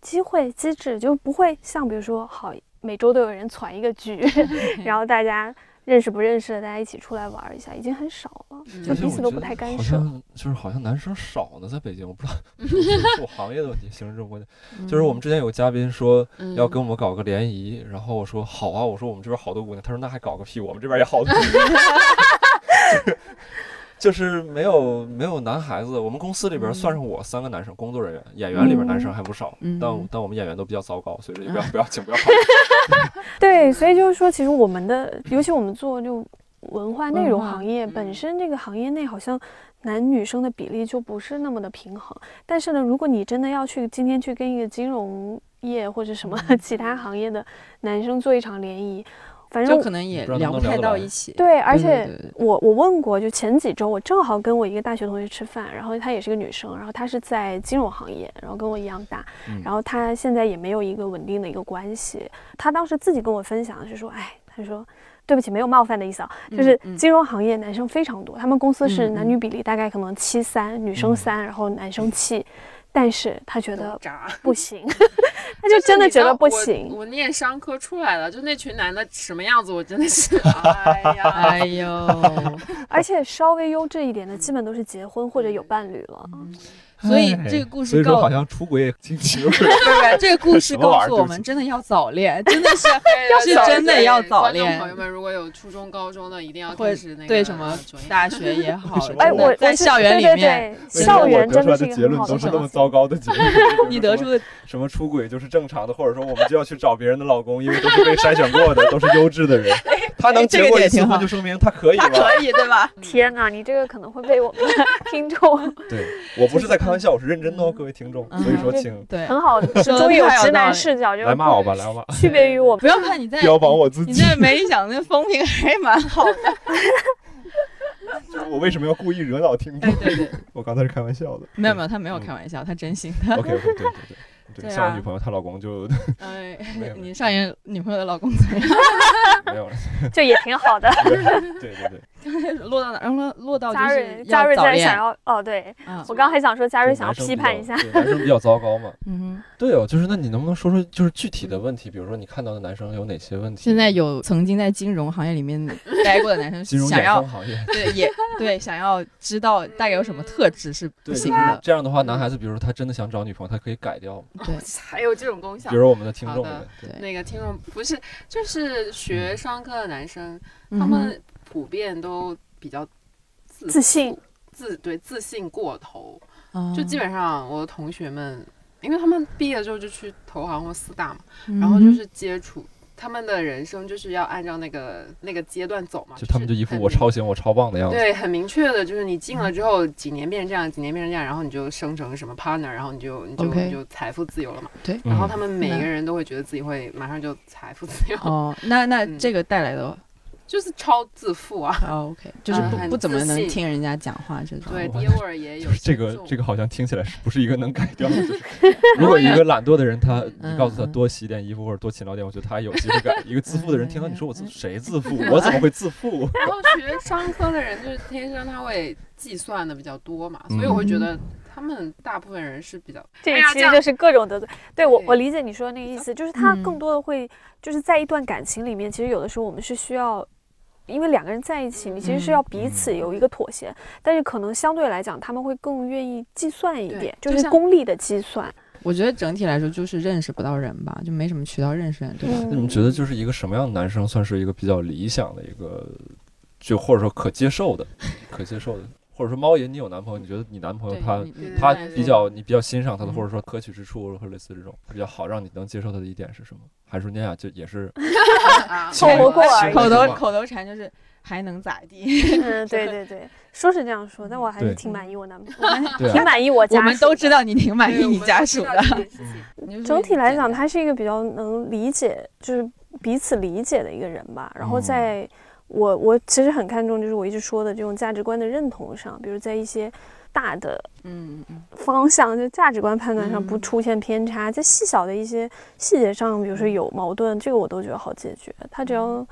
S2: 机会机制，就不会像比如说，好，每周都有人攒一个局， 然后大家认识不认识的，大家一起出来玩一下，已经很少了。
S3: 嗯
S2: 就
S4: 而且
S2: 彼此
S4: 我
S2: 都
S4: 觉
S2: 不
S4: 得
S2: 太干
S4: 好
S2: 涉。
S4: 像就是好像男生少呢，在北京，我不 知道是我行业的问题，形成这种问题。
S1: 嗯
S4: 就是我们之前有个嘉宾说
S3: 嗯
S4: 要跟我们搞个联谊，然后我说好啊，我说我们这边好多姑娘，他说那还搞个屁，我们这边也好多姑娘。 就是没有没有男孩子，我们公司里边算上我三个男生，工作人员、演员里边男生还不少，
S1: 嗯
S4: 但但我们演员都比较糟糕，所以说也不要不要请不要
S2: 对，所以就是说，其实我们的，尤其我们做这种文化内
S1: 文
S2: 容
S1: 化
S2: 行业，本
S3: 嗯
S2: 身这个行业内好像男女生的比例就不是那么的平衡。但是呢，如果你真的要去今天去跟一个金融业或者什么
S1: 嗯
S2: 其他行业的男生做一场联谊，反正
S1: 就
S2: 我
S1: 可能也
S4: 不知道能
S1: 聊
S4: 不
S1: 不
S4: 能聊
S1: 太
S4: 得
S1: 到
S4: 来
S1: 一起。
S2: 对，而
S1: 对
S2: 且
S1: 对对
S2: 我我问过，就前几周我正好跟我一个大学同学吃饭，然后她也是个女生，然后她是在金融行业，然后跟我一样大，
S4: 嗯
S2: 然后她现在也没有一个稳定的一个关系。她当时自己跟我分享的是说，哎，她说。对不起，没有冒犯的意思啊，就是
S1: 嗯嗯
S2: 金融行业男生非常多，他们公司是
S1: 嗯嗯
S2: 男女比例大概可能七三，女
S4: 嗯
S2: 生三，然后男生七，但是她觉 得
S3: 渣，
S2: 不行，她就真的觉得不行。
S3: 我念商科出来了，就那群男的什么样子，我真 的是，哎呀，
S1: 哎呦，
S2: 而且稍微优质一点的，基本都是结婚或者有伴侣了。
S1: 所以这个故
S4: 哎所
S1: 事
S4: 以说
S1: 告
S4: 好，像出轨也挺奇怪。
S1: 不是不是这个故事
S4: 什么玩意
S1: 告
S4: 儿
S1: 诉
S4: 对
S1: 我
S4: 不
S1: 们，
S4: 起
S1: 真的要早恋，真的 是是
S3: 早
S1: 真的
S3: 恋
S1: 要早
S3: 观众
S1: 恋
S3: 朋友们，如果有初中、高中的，一定要
S1: 会
S3: 开始那个
S1: 对什么
S3: 专业
S1: 大学也好，
S4: 什么
S1: 真
S2: 哎，
S1: 的
S2: 我
S1: 在
S2: 我是
S1: 校园里
S2: 对对
S1: 面，，
S2: 对校园真的是一个
S4: 结
S2: 很
S4: 论
S2: 好
S4: 都
S2: 的
S4: 是
S2: 选
S4: 那么
S2: 择。
S4: 糟糕的结论
S1: 你得出的
S4: 什么出轨就是正常的，或者说我们就要去找别人的老公，因为都是被筛选过的，都是优质的 人。他能
S1: 哎这
S4: 结
S1: 个
S4: 过
S1: 点
S4: 一次
S1: 挺好
S4: 婚，就说明他可以
S1: 他
S4: 吧？
S1: 可以 对吧？
S2: 天哪，你这个可能会被我 们的听众
S4: 对，我不是在开玩笑，我是认真的哦，各位听众。
S1: 嗯
S4: 所以说，请
S1: 对，
S2: 很好，终于有直男视角，就是
S4: 来骂我吧，来吧，
S2: 区别于我 们。
S1: 不要看你在
S4: 标榜我自
S1: 你
S4: 己。
S1: 在没想那风评还蛮好的，
S4: 我为什么要故意惹恼听众？
S3: 对对对，
S4: 我刚才是开玩笑的。
S1: 哎没有没有，他没有开玩笑，他真心 的。
S4: 有。OK OK，对对对
S1: 对
S4: 对，
S1: 啊
S4: 像我女朋友她老公就
S1: 哎
S3: 嗯
S4: 没有，
S1: 你上一任女朋友的老公 怎么样？
S4: 没有了。
S2: 就也挺好的。
S4: 对对对，
S1: 落到哪？然后落到
S2: 嘉
S1: 就是
S2: 瑞，嘉瑞
S1: 要早
S2: 在想
S1: 恋
S2: 要哦，对
S1: 啊，
S2: 我刚还想说嘉瑞
S4: 就
S2: 想要
S4: 男生
S2: 批
S4: 比
S2: 判
S4: 较
S2: 一下，
S4: 对男生比较糟糕嘛。
S5: 嗯哼，
S4: 对哦，就是那你能不能说说就是具体的问题？比如说你看到的男生有哪些问题？
S1: 现在有曾经在金融行业里面待过的男 生
S4: 金融
S1: 想
S4: 衍
S1: 要
S4: 生行业。
S1: 对，也对，想要知道大概有什么特质是不
S4: 对
S1: 行
S4: 就是
S1: 的。
S4: 这样的话，男孩子比如说他真的想找女朋友，他可以改掉，
S1: 对
S3: 还有这种功效
S4: 比。如我们的听众
S3: 嗯好
S4: 们
S3: 的，
S4: 对
S1: 对，
S3: 那个听众不是，就是
S4: 嗯
S3: 学商科的男生，
S1: 嗯
S3: 他
S1: 哼
S3: 们普遍都比较自
S2: 自信。
S3: 自对自信过头，
S1: 啊
S3: 就基本上我的同学们，因为他们毕业之后就去投行或四大嘛，然后就
S1: 嗯
S3: 是接触。他们的人生就是要按照那个那个阶段走嘛，
S4: 就他们
S3: 是
S4: 就一副
S3: 很
S4: 我
S3: 明
S4: 超行我超棒的样子。
S3: 对，很明确的，就是你进了之后几年变成这样，几年变成这样，然后你就升成什么 partner，然后你就你就
S5: OK
S3: 你就财富自由了嘛。
S5: 对
S4: 嗯
S3: 然后他们每
S1: 嗯
S3: 个人都会觉得自己会马上就财富自由，
S1: 哦，那那
S3: 嗯
S1: 这个带来的
S3: 就是超自负 啊。
S1: 哦 OK，就是
S3: 嗯
S1: 不
S3: 很
S1: 不怎么
S3: 自
S1: 能
S3: 信
S1: 听人家讲话这种。
S3: 对，
S4: 我
S3: 爹味儿也有
S4: 就是。这个这个好像听起来是不是一个能改掉的？ 就是如果一个懒惰的人，他你告诉他
S1: 嗯嗯
S4: 多洗点衣服或者多勤劳点，我觉得他还有机会 改。一个自负的人听到你说我自
S1: 嗯
S4: 谁自负，我怎么会自 负？
S3: 然后学商科的人就是天生他会计算的比较多嘛，所以我会觉
S1: 嗯
S3: 得他们大部分人是 比较
S2: 这
S3: 哎
S2: 一
S3: 呀
S2: 期
S3: 这样
S2: 就是各种得罪。对我
S3: 对，
S2: 我理解你说的那个意思，就是他
S1: 嗯
S2: 更多的会，就是在一段感情里面，其实有的时候我们是需要因为两个人在一起，你其实是
S1: 嗯
S2: 要彼此有一个妥协，但是可能相对来讲，他们会更愿意计算一
S1: 对
S2: 点，
S1: 嗯就
S2: 就是
S1: 像
S2: 功利的计算。
S1: 我觉得整体来说就是认识不到人吧，就没什么渠道认识人，对吧？
S2: 嗯
S4: 那你们觉得就是一个什么样的男生算是一个比较理想的一个，就或者说可接受的，可接受的，或者说猫爷，你有男朋友，你觉得你男朋友
S1: 对
S4: 他
S1: 你
S3: 对
S4: 他
S3: 对对
S4: 比较你比较欣赏他的，
S1: 嗯
S4: 或者说可取之处，或者类似这种比较好让你能接受他的一点是什么？还是说你俩就也是
S3: 啊
S4: 情
S2: 凑合过而
S4: 情
S2: 已
S4: 况
S1: 口
S4: 嘛
S1: 头口头禅就是还能咋地？
S2: 嗯，对对对，说是这样说，但我还是
S4: 对
S2: 挺满意我男 朋友，
S4: 对
S2: 挺
S4: 啊，
S2: 满意我家
S1: 我
S2: 属的。
S1: 们都知道你挺满意你家属的，
S2: 整体来讲，他是一个比较能理解，就是彼此理解的一个人吧。然后
S4: 嗯
S2: 在我我其实很看重，就是我一直说的这种价值观的认同上，比如在一些大的
S5: 嗯嗯
S2: 方向，就价值观判断上
S1: 嗯
S2: 不出现偏差，在细小的一些细节上，比如
S4: 嗯
S2: 说有矛盾，这个我都觉得好解决。他只要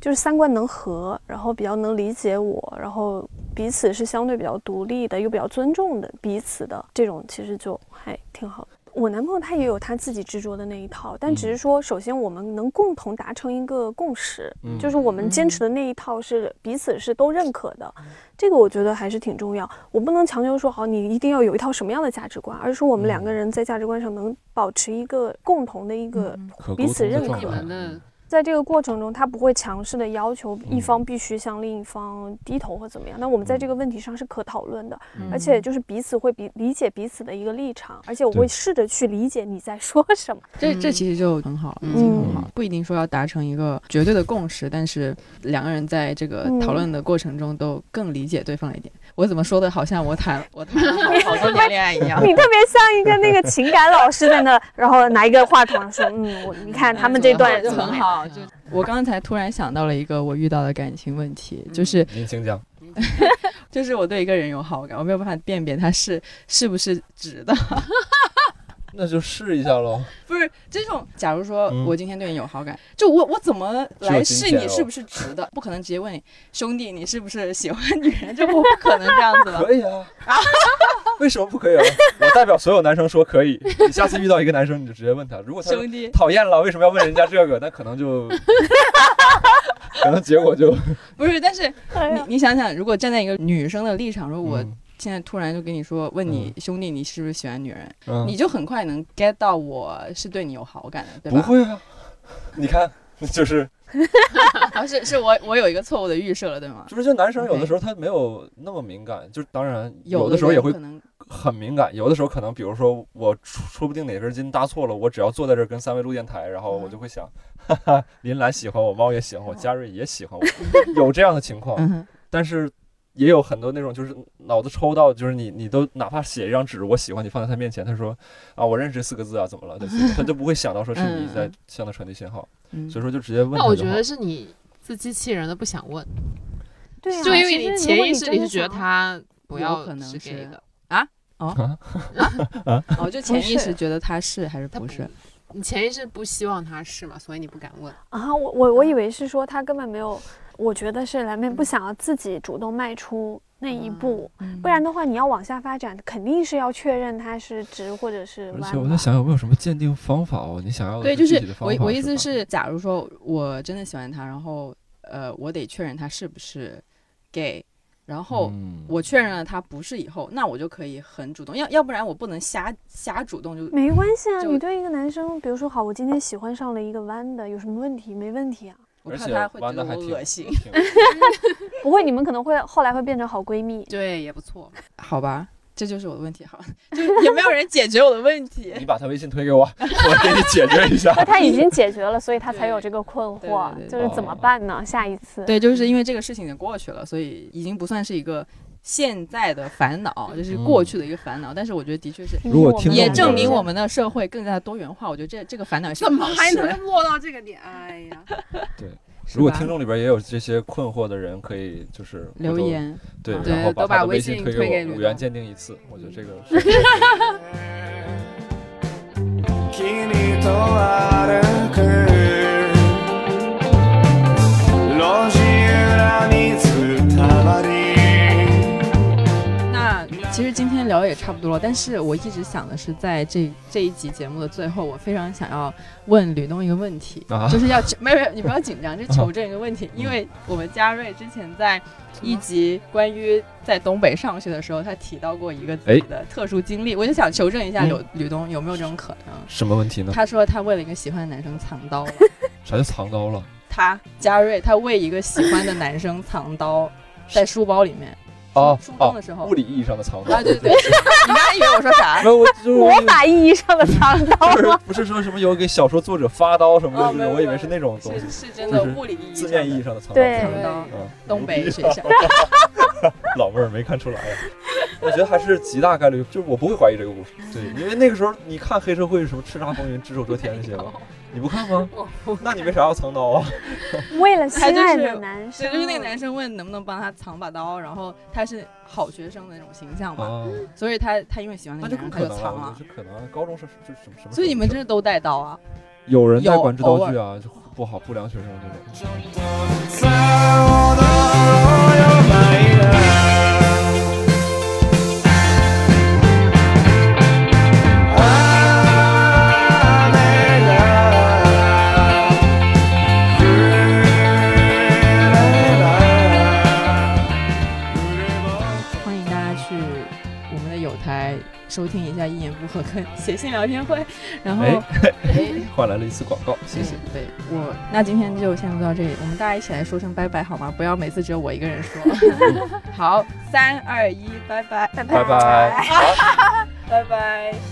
S2: 就是三观能合，然后比较能理解我，然后彼此是相对比较独立的，又比较尊重的彼此的这种，其实就还挺好的。我男朋友他也有他自己执着的那一套，但
S4: 嗯
S2: 只是说，首先我们能共同达成一个共识，
S4: 嗯
S2: 就是我们坚持的那一套是彼此是都认可的，这个我觉得还是挺重要。我不能强求说好你一定要有一套什么样的价值观，而是说我们
S4: 嗯
S2: 两个人在价值观上能保持一个共同的一个，
S3: 嗯
S4: 可
S2: 彼
S4: 沟
S2: 此
S4: 通
S2: 认
S4: 状
S2: 可
S4: 态
S3: 你们的
S2: 在这个过程中他不会强势的要求一
S4: 嗯
S2: 方必须向另一方低头或怎么样。那我们在
S3: 嗯
S2: 这个问题上是可讨论的，
S4: 嗯
S2: 而且就是彼此会比理解彼此的一个立场，而且我
S4: 对
S2: 会试着去理解你在说什么。
S1: 这
S3: 嗯
S1: 这其实就很好，
S3: 嗯
S1: 已经很好，不一定说要达成一个绝对的共识，但是两个人在这个
S2: 嗯。
S1: 讨论的过程中都更理解对方一点。我怎么说的，好像我谈我谈了好好多年恋爱一样
S2: 你特别像一个那个情感老师在那，然后拿一个话筒说，嗯，我你看他们这
S3: 嗯
S2: 段
S1: 就
S2: 怎么
S1: 很
S2: 样
S1: 好，就
S5: 我刚才突然想到了一个我遇到的感情问题，就是
S4: 您请讲，
S1: 就是我对一个人有好感，我没有办法辨别他是是不是直的，
S4: 那就试一下喽。
S1: 不是这种。假如说
S4: 嗯
S1: 我今天对你有好感，就我我怎么来
S4: 只有
S1: 试
S4: 金钱
S1: 你
S4: 哦
S1: 是不是直的？不可能直接问你兄弟你是不是喜欢女人， 这我不可能这样子吧？
S4: 可以啊，为什么不可以啊？ 我代表所有男生说可以。你下次遇到一个男生，你就直接问他，如果他说
S1: 兄弟，
S4: 讨厌了，为什么要问人家这个？那可能就，可能结果就
S1: 不是，但是
S2: 哎呀
S1: 你你想想，如果站在一个女生的立场，说我
S4: 嗯
S1: 现在突然就跟你说，问你、兄弟，你是不是喜欢女人？
S4: 嗯
S1: 你就很快能 get 到我是对你有好感的，对
S4: 不
S1: 吧？
S4: 会啊。你看， 就是
S1: 啊，是是我我有一个错误的预设了，对吗？
S4: 就是，就男生有的时候他没有那么敏感，就是当然有
S1: 的
S4: 的时候也
S1: 人
S4: 会
S1: 可能
S4: 很敏感，有的时候可能比如说我说说不定哪根筋搭错了，我只要坐在这儿跟三位录电台，然后我就会
S1: 嗯
S4: 想，哈哈，林兰喜欢我，猫也喜欢我，嘉瑞也喜欢 我，有这样的情况。
S1: 嗯哼，
S4: 但是也有很多那种就是脑子抽到，就是你你都哪怕写一张纸，我喜欢你放在他面前，他说啊我认识这四个字啊怎么了，就是他就不会想到说是你在
S1: 嗯
S4: 向他传递信号，
S1: 嗯
S4: 所以说就直接问他
S3: 那
S4: 就
S3: 我
S4: 好。
S3: 觉得是你自欺欺人的不想问，
S2: 对啊，
S3: 就因为
S2: 其
S3: 你
S2: 实
S3: 潜
S2: 如果
S3: 意识
S2: 真
S3: 里
S2: 的
S3: 是觉得
S2: 想
S3: 他不
S1: 有
S3: 要
S1: 可能是
S3: gay 的，
S4: 啊
S1: 哦，就潜意
S2: 不是
S1: 识觉得他是还是
S3: 他
S1: 不是？。
S3: 你潜意识不希望他是嘛，所以你不敢问。
S2: 啊，我我
S1: 嗯
S2: 我以为是说他根本没有，我觉得是蓝妹不想要自己主动迈出那一
S1: 嗯
S2: 步，不然的话你要往下发展，肯定是要确认他是直或者是
S4: 而且
S2: 弯
S4: 我在
S2: 吧。
S4: 想有没有什么鉴定方法哦？你想要的
S1: 对，就
S4: 具
S1: 是
S4: 体的方
S1: 我
S4: 法
S1: 我意思
S4: 吧
S1: 是，假如说我真的喜欢他，然后呃，我得确认他是不是 gay，然后。
S4: 嗯
S1: 我确认了他不是以后，那我就可以很主动，要要不然我不能瞎瞎主动就
S4: 嗯
S2: 没关系啊，
S1: 就
S2: 你对一个男生，比如说好，我今天喜欢上了一个弯的，有什么问题？没问题啊，
S1: 我
S4: 而
S1: 怕
S4: 且
S1: 他会觉
S4: 弯
S1: 得
S4: 的还
S1: 我
S4: 挺
S1: 恶心，
S4: 挺。
S2: 不会，你们可能会后来会变成好闺蜜。
S3: 对，也不 错。
S1: 好吧？这就是我的问题，好，就是也没有人解决我的问题
S4: 你把他微信推给我，我给你解决 一下。
S2: 那他已经解决 了，所以他才有
S1: 对
S2: 这个困惑，
S1: 对对对
S2: 就是怎么
S4: 哦
S2: 办呢？下一次，
S1: 对，就是因为这个事情已经过去了，所以已经不算是一个现在的烦恼，就是过去的一个烦恼。但是我觉得的确是。
S4: 如果嗯听众
S1: 也
S4: 们
S1: 证明我们的社会更加多元化，我觉得这这个烦恼也是个好事
S3: 落到这个点？哎 呀，
S1: 是
S4: 如果
S1: 吧
S4: 听众里边也有这些困惑的人，可以就是回
S1: 留
S4: 头
S1: 言，
S4: 对，
S1: 对
S4: 然后
S3: 都
S4: 他
S3: 把
S4: 的
S3: 微
S4: 微
S3: 信
S4: 推
S3: 推
S4: 我，
S3: 给吕
S4: 五元
S3: 东
S4: 鉴定一次，我觉得这个 是
S6: 君と歩く路地裏に伝わり
S1: 那其实今天天聊的也差不多了，但是我一直想的是，在这这一集节目的最后，我非常想要问吕东一个问题，
S4: 啊嗯
S1: 就是要求没有没有，你不要紧张，就 求证一个问题，因为我们嘉瑞之前在一集关于在东北上学的时候，他提到过一个自己的特殊经历，我就想求证一下
S4: 哎嗯
S1: 有吕东有没有这种可能。
S4: 什么问题呢？
S1: 他说他为了一个喜欢的男生藏刀了，
S4: 啥叫藏刀 了？
S1: 他嘉瑞他为一个喜欢的男生藏 刀在书包里面，
S4: 哦
S1: 初中
S4: 哦
S1: 的时候，
S4: 物理意义上的藏刀。
S1: 啊对对对，你刚才以为我说啥？
S4: 没有，我就是
S2: 魔法意义上的藏刀
S4: 就是
S2: 吗？
S4: 不是说什么有给小说作者发刀什么
S1: 哦
S4: 的这
S1: 没有
S4: 种，我以为是那种东西
S1: 是，是真的物理意义
S4: 字
S1: 上
S4: 面
S1: 的
S4: 意义上的藏刀。
S2: 对
S4: 藏刀
S1: 刀，
S4: 嗯
S1: 东北学 校。
S4: 老妹儿没看出来啊呀、我觉得还是极大概率，就是我不会怀疑这个故事。对，因为那个时候你看黑社会什么叱咤风云、只手遮天那些吗？你哦不看吗？那你为啥要藏刀 啊？
S2: 为了心
S1: 他就是
S2: 爱的男
S1: 所以
S2: 生，
S1: 就是那个男生问能不能帮他藏把刀，然后他是好学生的那种形象嘛，
S4: 啊，
S1: 所以他他因为喜哦欢那
S4: 那
S1: 个
S4: 就
S1: 男
S4: 更可
S1: 生他就
S4: 能
S1: 藏
S4: 我
S1: 了
S4: 觉。得可能高中生就什么什么。
S1: 所以你们真是都带刀啊？
S4: 有人在
S1: 有
S4: 管制刀具
S1: 偶
S4: 啊，就不好不良学生这种。
S6: さほどよないな雨が降れば降れば
S1: 欢迎大家去我们的友台收听一下一言不合跟 写信聊天会，然后
S4: 哎
S1: 哎嗯
S4: 换来了一次广 告，谢谢。。
S1: 对我，那今天就先录到这里，我们大家一起来说声拜拜好吗？不要每次只有我一个人说。 好，三二一，拜拜，拜
S4: 拜拜。
S1: 拜拜。